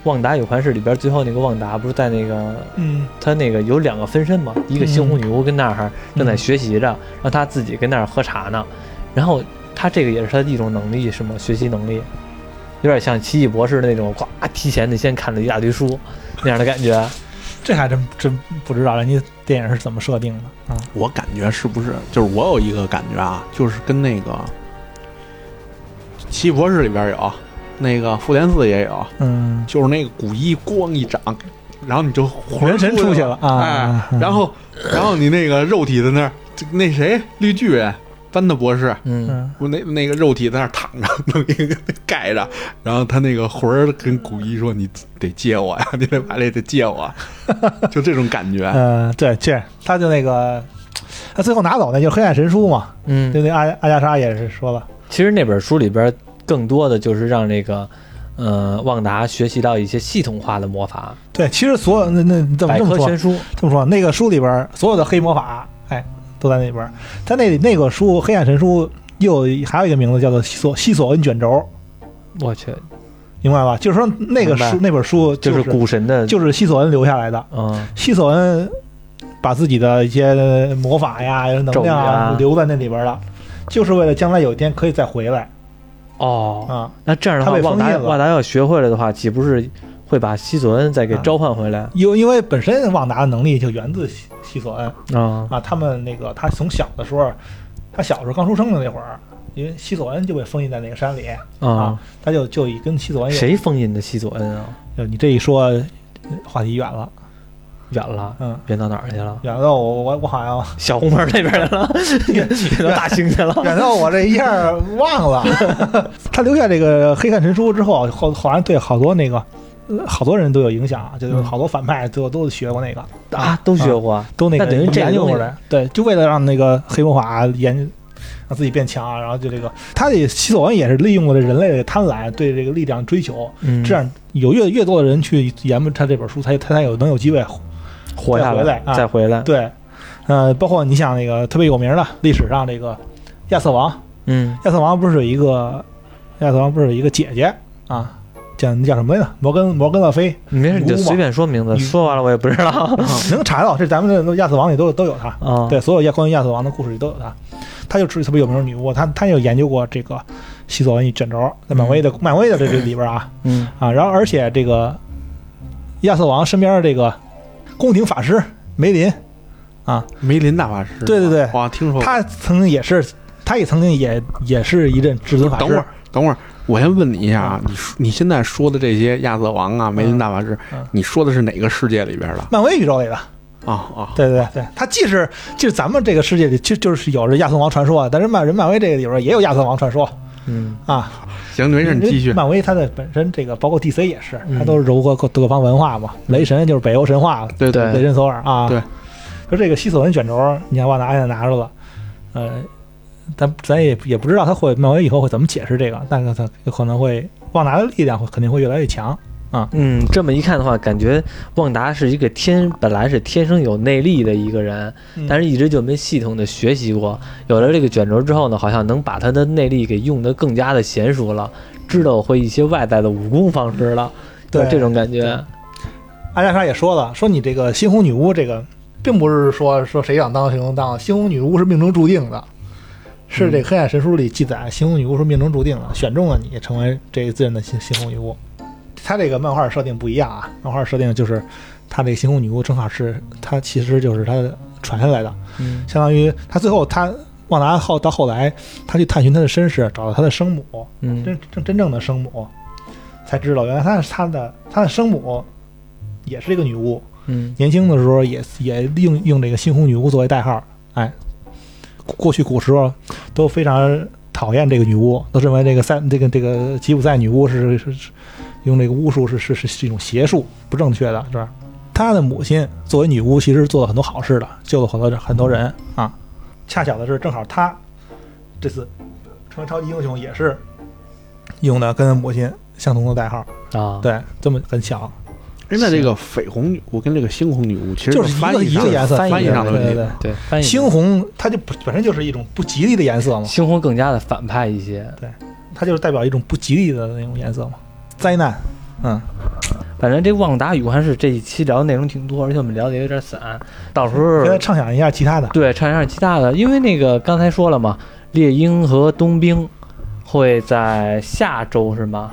旺达与幻视》里边最后那个旺达不是在那个嗯他那个有两个分身嘛，一个猩红女巫跟那儿正嗯在学习着，然后他自己跟那儿喝茶呢。然后他这个也是他的一种能力，是吗？学习能力，有点像奇异博士的那种，咵提前的先看了一大堆书那样的感觉。这还真真不知道人家电影是怎么设定的啊。我感觉是不是就是我有一个感觉啊，就是跟那个《奇异博士》里边有，那个《复联四》也有，嗯，就是那个古一咣一掌，然后你就魂人神出去了啊哎，嗯然后然后你那个肉体在那儿，就那谁绿巨人班的博士。嗯，嗯，我那那个肉体在那儿躺着，弄一个盖着，然后他那个魂儿跟古一说：“你得接我呀，你得把这得接我。” [LAUGHS] 就这种感觉，嗯，对，这他就那个。他最后拿走那就是黑暗神书嘛，嗯就那阿阿加莎也是说了，其实那本书里边更多的就是让这个。呃，旺达学习到一些系统化的魔法，对，其实所有那那这么百这么科说全，书，这么说，那个书里边儿所有的黑魔法，哎，都在那里边儿。他那那个书《黑暗神书》又有还有一个名字叫做西索西索恩卷轴，我去，明白吧？就是说那个明白书那本书就是是古神的，就是西索恩留下来的。嗯，西索恩把自己的一些魔法呀、能咒语量啊留在那里边儿了，就是为了将来有一天可以再回来哦，啊。那这样的他话，被封旺达印了旺达要学会了的话，岂不是会把西索恩再给啊召唤回来因为因为本身旺达的能力就源自西西索恩啊。啊，他们那个他从小的时候，他小时候刚出生的那会儿，因为西索恩就被封印在那个山里啊啊，，他就就以跟西索恩有谁封印的西索恩啊？就你这一说，话题远了，远了，嗯，远到哪儿去了？远到我我我好像小红门那边去了，远到大兴去 [LAUGHS] 了。远到我这一下忘了。 [LAUGHS] 他留下这个黑暗神书之后，啊后好像对好多那个。呃好多人都有影响，嗯就是好多反派最后都学过那个，啊，都学过啊，都那个那等于这个研究东西过来，对，就为了让那个黑魔法研让自己变强，啊然后就这个，他也西索恩也是利用了这人类的贪婪对这个力量追求，嗯这样有越越多的人去研究他这本书，才他才有能有机会活下再回来啊再回来。对，呃，包括你想那个特别有名的历史上这个亚瑟王，嗯亚瑟王不是有一个亚瑟王不是有一个姐姐啊，叫那叫什么来着？摩根摩根勒菲，你没事，你就无嘛随便说名字，你说完了我也不知道。哦能查到这咱们这亚瑟王里都有都有他， [LAUGHS] 啊，对，所有亚关于亚瑟王的故事里都有他。他就是特别有名的女巫，他他有研究过这个西索恩一卷轴，在漫威的漫威的这这里边啊嗯啊，然后而且这个亚瑟王身边的这个宫廷法师梅林，梅林大法师，对对对哇，听说过他曾经也是，他也曾经也也是一阵至尊法师。等会儿，等会儿，我先问你一下啊，你说你现在说的这些亚瑟王啊、梅林大法师嗯，你说的是哪个世界里边的？漫威宇宙里的，啊啊，对对对，他既是就是咱们这个世界里就就是有着亚瑟王传说，啊但是漫人漫威这个里边也有亚瑟王传说嗯啊。行，没事，你继续。漫威它的本身这个包括 DC 也是，嗯它都是柔合各各方文化嘛。雷神就是北欧神话，对对雷神索尔啊。对，说这个西索恩卷轴，你看旺达现在拿着了，呃，咱咱也也不知道他会漫威以后会怎么解释这个，但是他有可能会旺达的力量会肯定会越来越强。嗯，这么一看的话，感觉旺达是一个天本来是天生有内力的一个人，嗯但是一直就没系统的学习过。有了这个卷轴之后呢，好像能把他的内力给用得更加的娴熟了，知道会一些外在的武功方式了，对有这种感觉。阿加莎也说了，说你这个猩红女巫这个，并不是说说谁想当谁能当，猩红女巫是命中注定的，是这《黑暗神书》里记载，猩红女巫是命中注定了，选中了你成为这一自认的猩猩红女巫。它这个漫画设定不一样啊，漫画设定就是它这个猩红女巫正好是它其实就是它传下来的，嗯相当于它最后它旺达后到后来，他去探寻他的身世，找到他的生母，嗯真真真正的生母，才知道原来他他的他的生母也是一个女巫，嗯年轻的时候也也用用这个猩红女巫作为代号，哎，过去古时候都非常讨厌这个女巫，都认为这个赛这个这个吉普赛女巫是是是用这个巫术是是是是一种邪术，不正确的，是吧？她的母亲作为女巫，其实做了很多好事的，救了很多人很多人啊。恰巧的是，正好她这次成为超级英雄，也是用的跟母亲相同的代号，啊，对，这么很巧，哎，那这个绯红女巫跟这个猩红女巫，其实就是一翻个译一上个颜色，翻译翻译上的问对对题。对。哎对，翻译猩红它就不本身就是一种不吉利的颜色嘛，猩红更加的反派一些。它就是代表一种不吉利的那种颜色嘛，灾难。嗯，反正这旺达与幻视这一期聊的内容挺多，而且我们聊的也有点散，到时候给它畅想一下其他的。对，唱一下其他的，因为那个刚才说了嘛，猎鹰和冬兵会在下周是吗？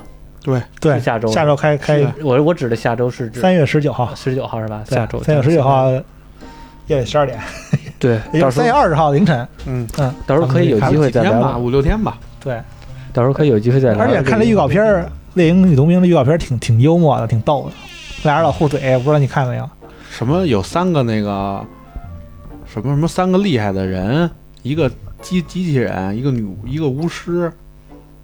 对，下周下周开是开的我我指的下周是指三月十九号，十九号是吧？对下周三月十九号夜里十二点，对，也就到是时三月候二十号凌晨。嗯，嗯，到时候可以有咱机们会几再天吧，聊，五六天吧。对，到时候可以有机会再聊。而且看这预告片儿，《猎鹰与冬兵》的预告片儿挺挺幽默的，挺逗的，俩人老互怼，不知道你看没有？ [LAUGHS] 什么有三个那个什么什么三个厉害的人，一个机机器人，一个女一个巫师，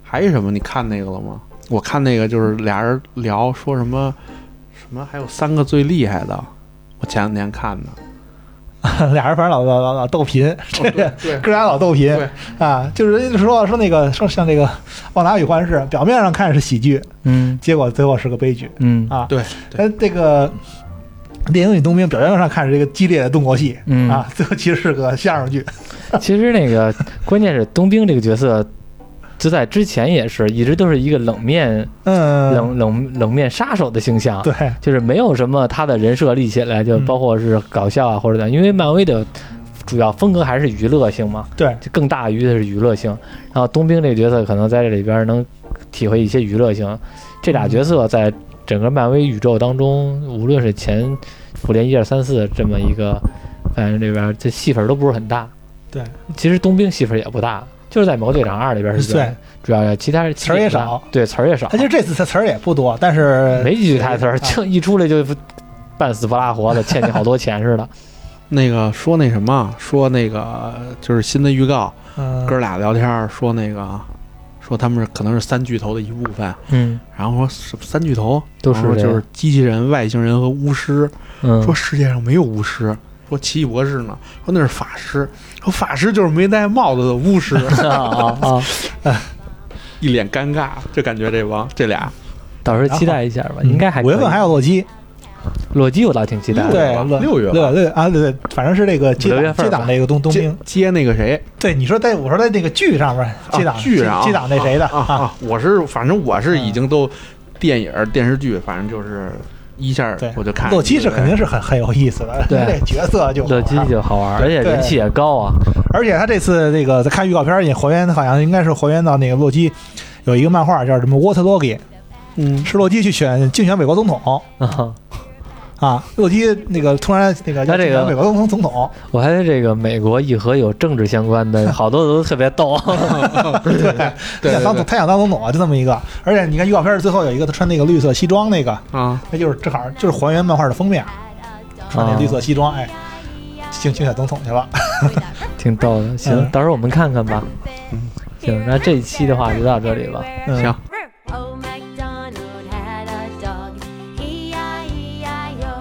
还有什么？你看那个了吗？我看那个就是俩人聊说什么什么，还有三个最厉害的。我前两天看的，俩人反正老老老老斗哦贫，这个哦对 [LAUGHS] 哥俩老斗贫对啊，就是人家说说那个说像这个《旺达与幻视》，表面上看是喜剧，嗯结果最后是个悲剧嗯啊。对对，但这个《猎鹰与冬兵》表面上看是一个激烈的动作戏嗯啊，最后其实是个相声剧。其实那个关键是冬兵这个角色。就在之前也是一直都是一个冷面嗯，冷啊冷冷面杀手的形象，对就是没有什么他的人设立起来，就嗯包括是搞笑啊或者怎样，因为漫威的主要风格还是娱乐性嘛，对就更大于的是娱乐性。然后冬兵这个角色可能在这里边能体会一些娱乐性，这俩角色在整个漫威宇宙当中，无论是前复联一二三四这么一个，反正这边这戏份都不是很大。对，其实冬兵戏份也不大，就是在某队长二里边是最对，主要其他词儿也少，对词儿也少，他其实这次他词儿也不多，但是没几句台词儿，啊就一出来就半死不拉活的，欠你好多钱似的。那个说那什么，说那个就是新的预告，嗯哥俩聊天儿说那个，说他们是可能是三巨头的一部分，嗯，然后说什么三巨头，都是然后这就样是机器人、外星人和巫师。嗯， [LAUGHS] 说世界上没有巫师，说奇异博士呢，说那是法师，说法师就是没戴帽子的 [LAUGHS] 巫师，啊啊啊！一脸尴尬，就感觉这帮这俩到时候期待一下吧，应该还五月份还有有嗯洛基，洛基，我倒挺期待的。对吧洛六月吧对对啊对对，反正是这个接六月档份接吧档这个东东接兵，接那个谁，对你说在我说在那个剧上面接档啊剧上啊接档那谁的啊啊啊？嗯我是反正我是已经都电影、电视剧，反正就是一下对，我就看洛基是对肯定是很很有意思的，对 [LAUGHS] 这个角色就好啊乐基玩就好玩儿，而且人气也高啊。而且他这次这个在看预告片儿也还原，好像应该是还原到那个洛基有一个漫画叫什么《What Logi》，嗯是洛基去选竞选美国总统啊，啊，洛基那个突然那个要他这竞个选美国总统总统，我还这个美国一和有政治相关的，好多都特别逗。啊 [LAUGHS] 对，他对想当总对他想当总统啊，就这么一个。而且你看预告片儿最后有一个他穿那个绿色西装那个，啊，那就是正好就是还原漫画的封面，穿那绿色西装，哎，竞 [LAUGHS] 竞选总统去了。挺逗的。行，嗯到时候我们看看吧。嗯行，那这一期的话就到这里吧。嗯行。 Old Oh, MacDonald had a dog. E E-I-E-I-O.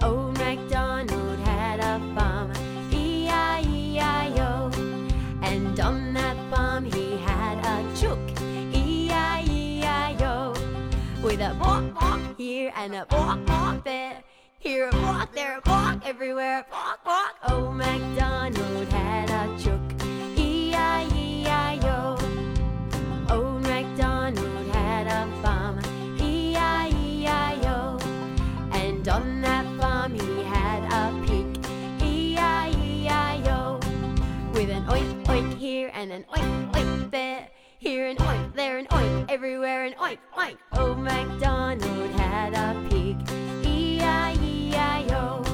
Old Oh, MacDonald had a farm. E E-I-E-I-O. And on that farm he had a chook. E E-I-E-I-O. With a bark, bark here and a bark, bark there. Here a bark, there a bark, everywhere a bark, bark. Old MacDonald had a chook. E E-I-E-I-O. Old MacDonald had a farm, E E-I-E-I-O. And on that farm he had a E pig, E-I-E-I-O. With an oink oink here and an oink oink there. Here an oink, there an oink, everywhere an oink E oink. Old MacDonald had a pig, E-I-E-I-O.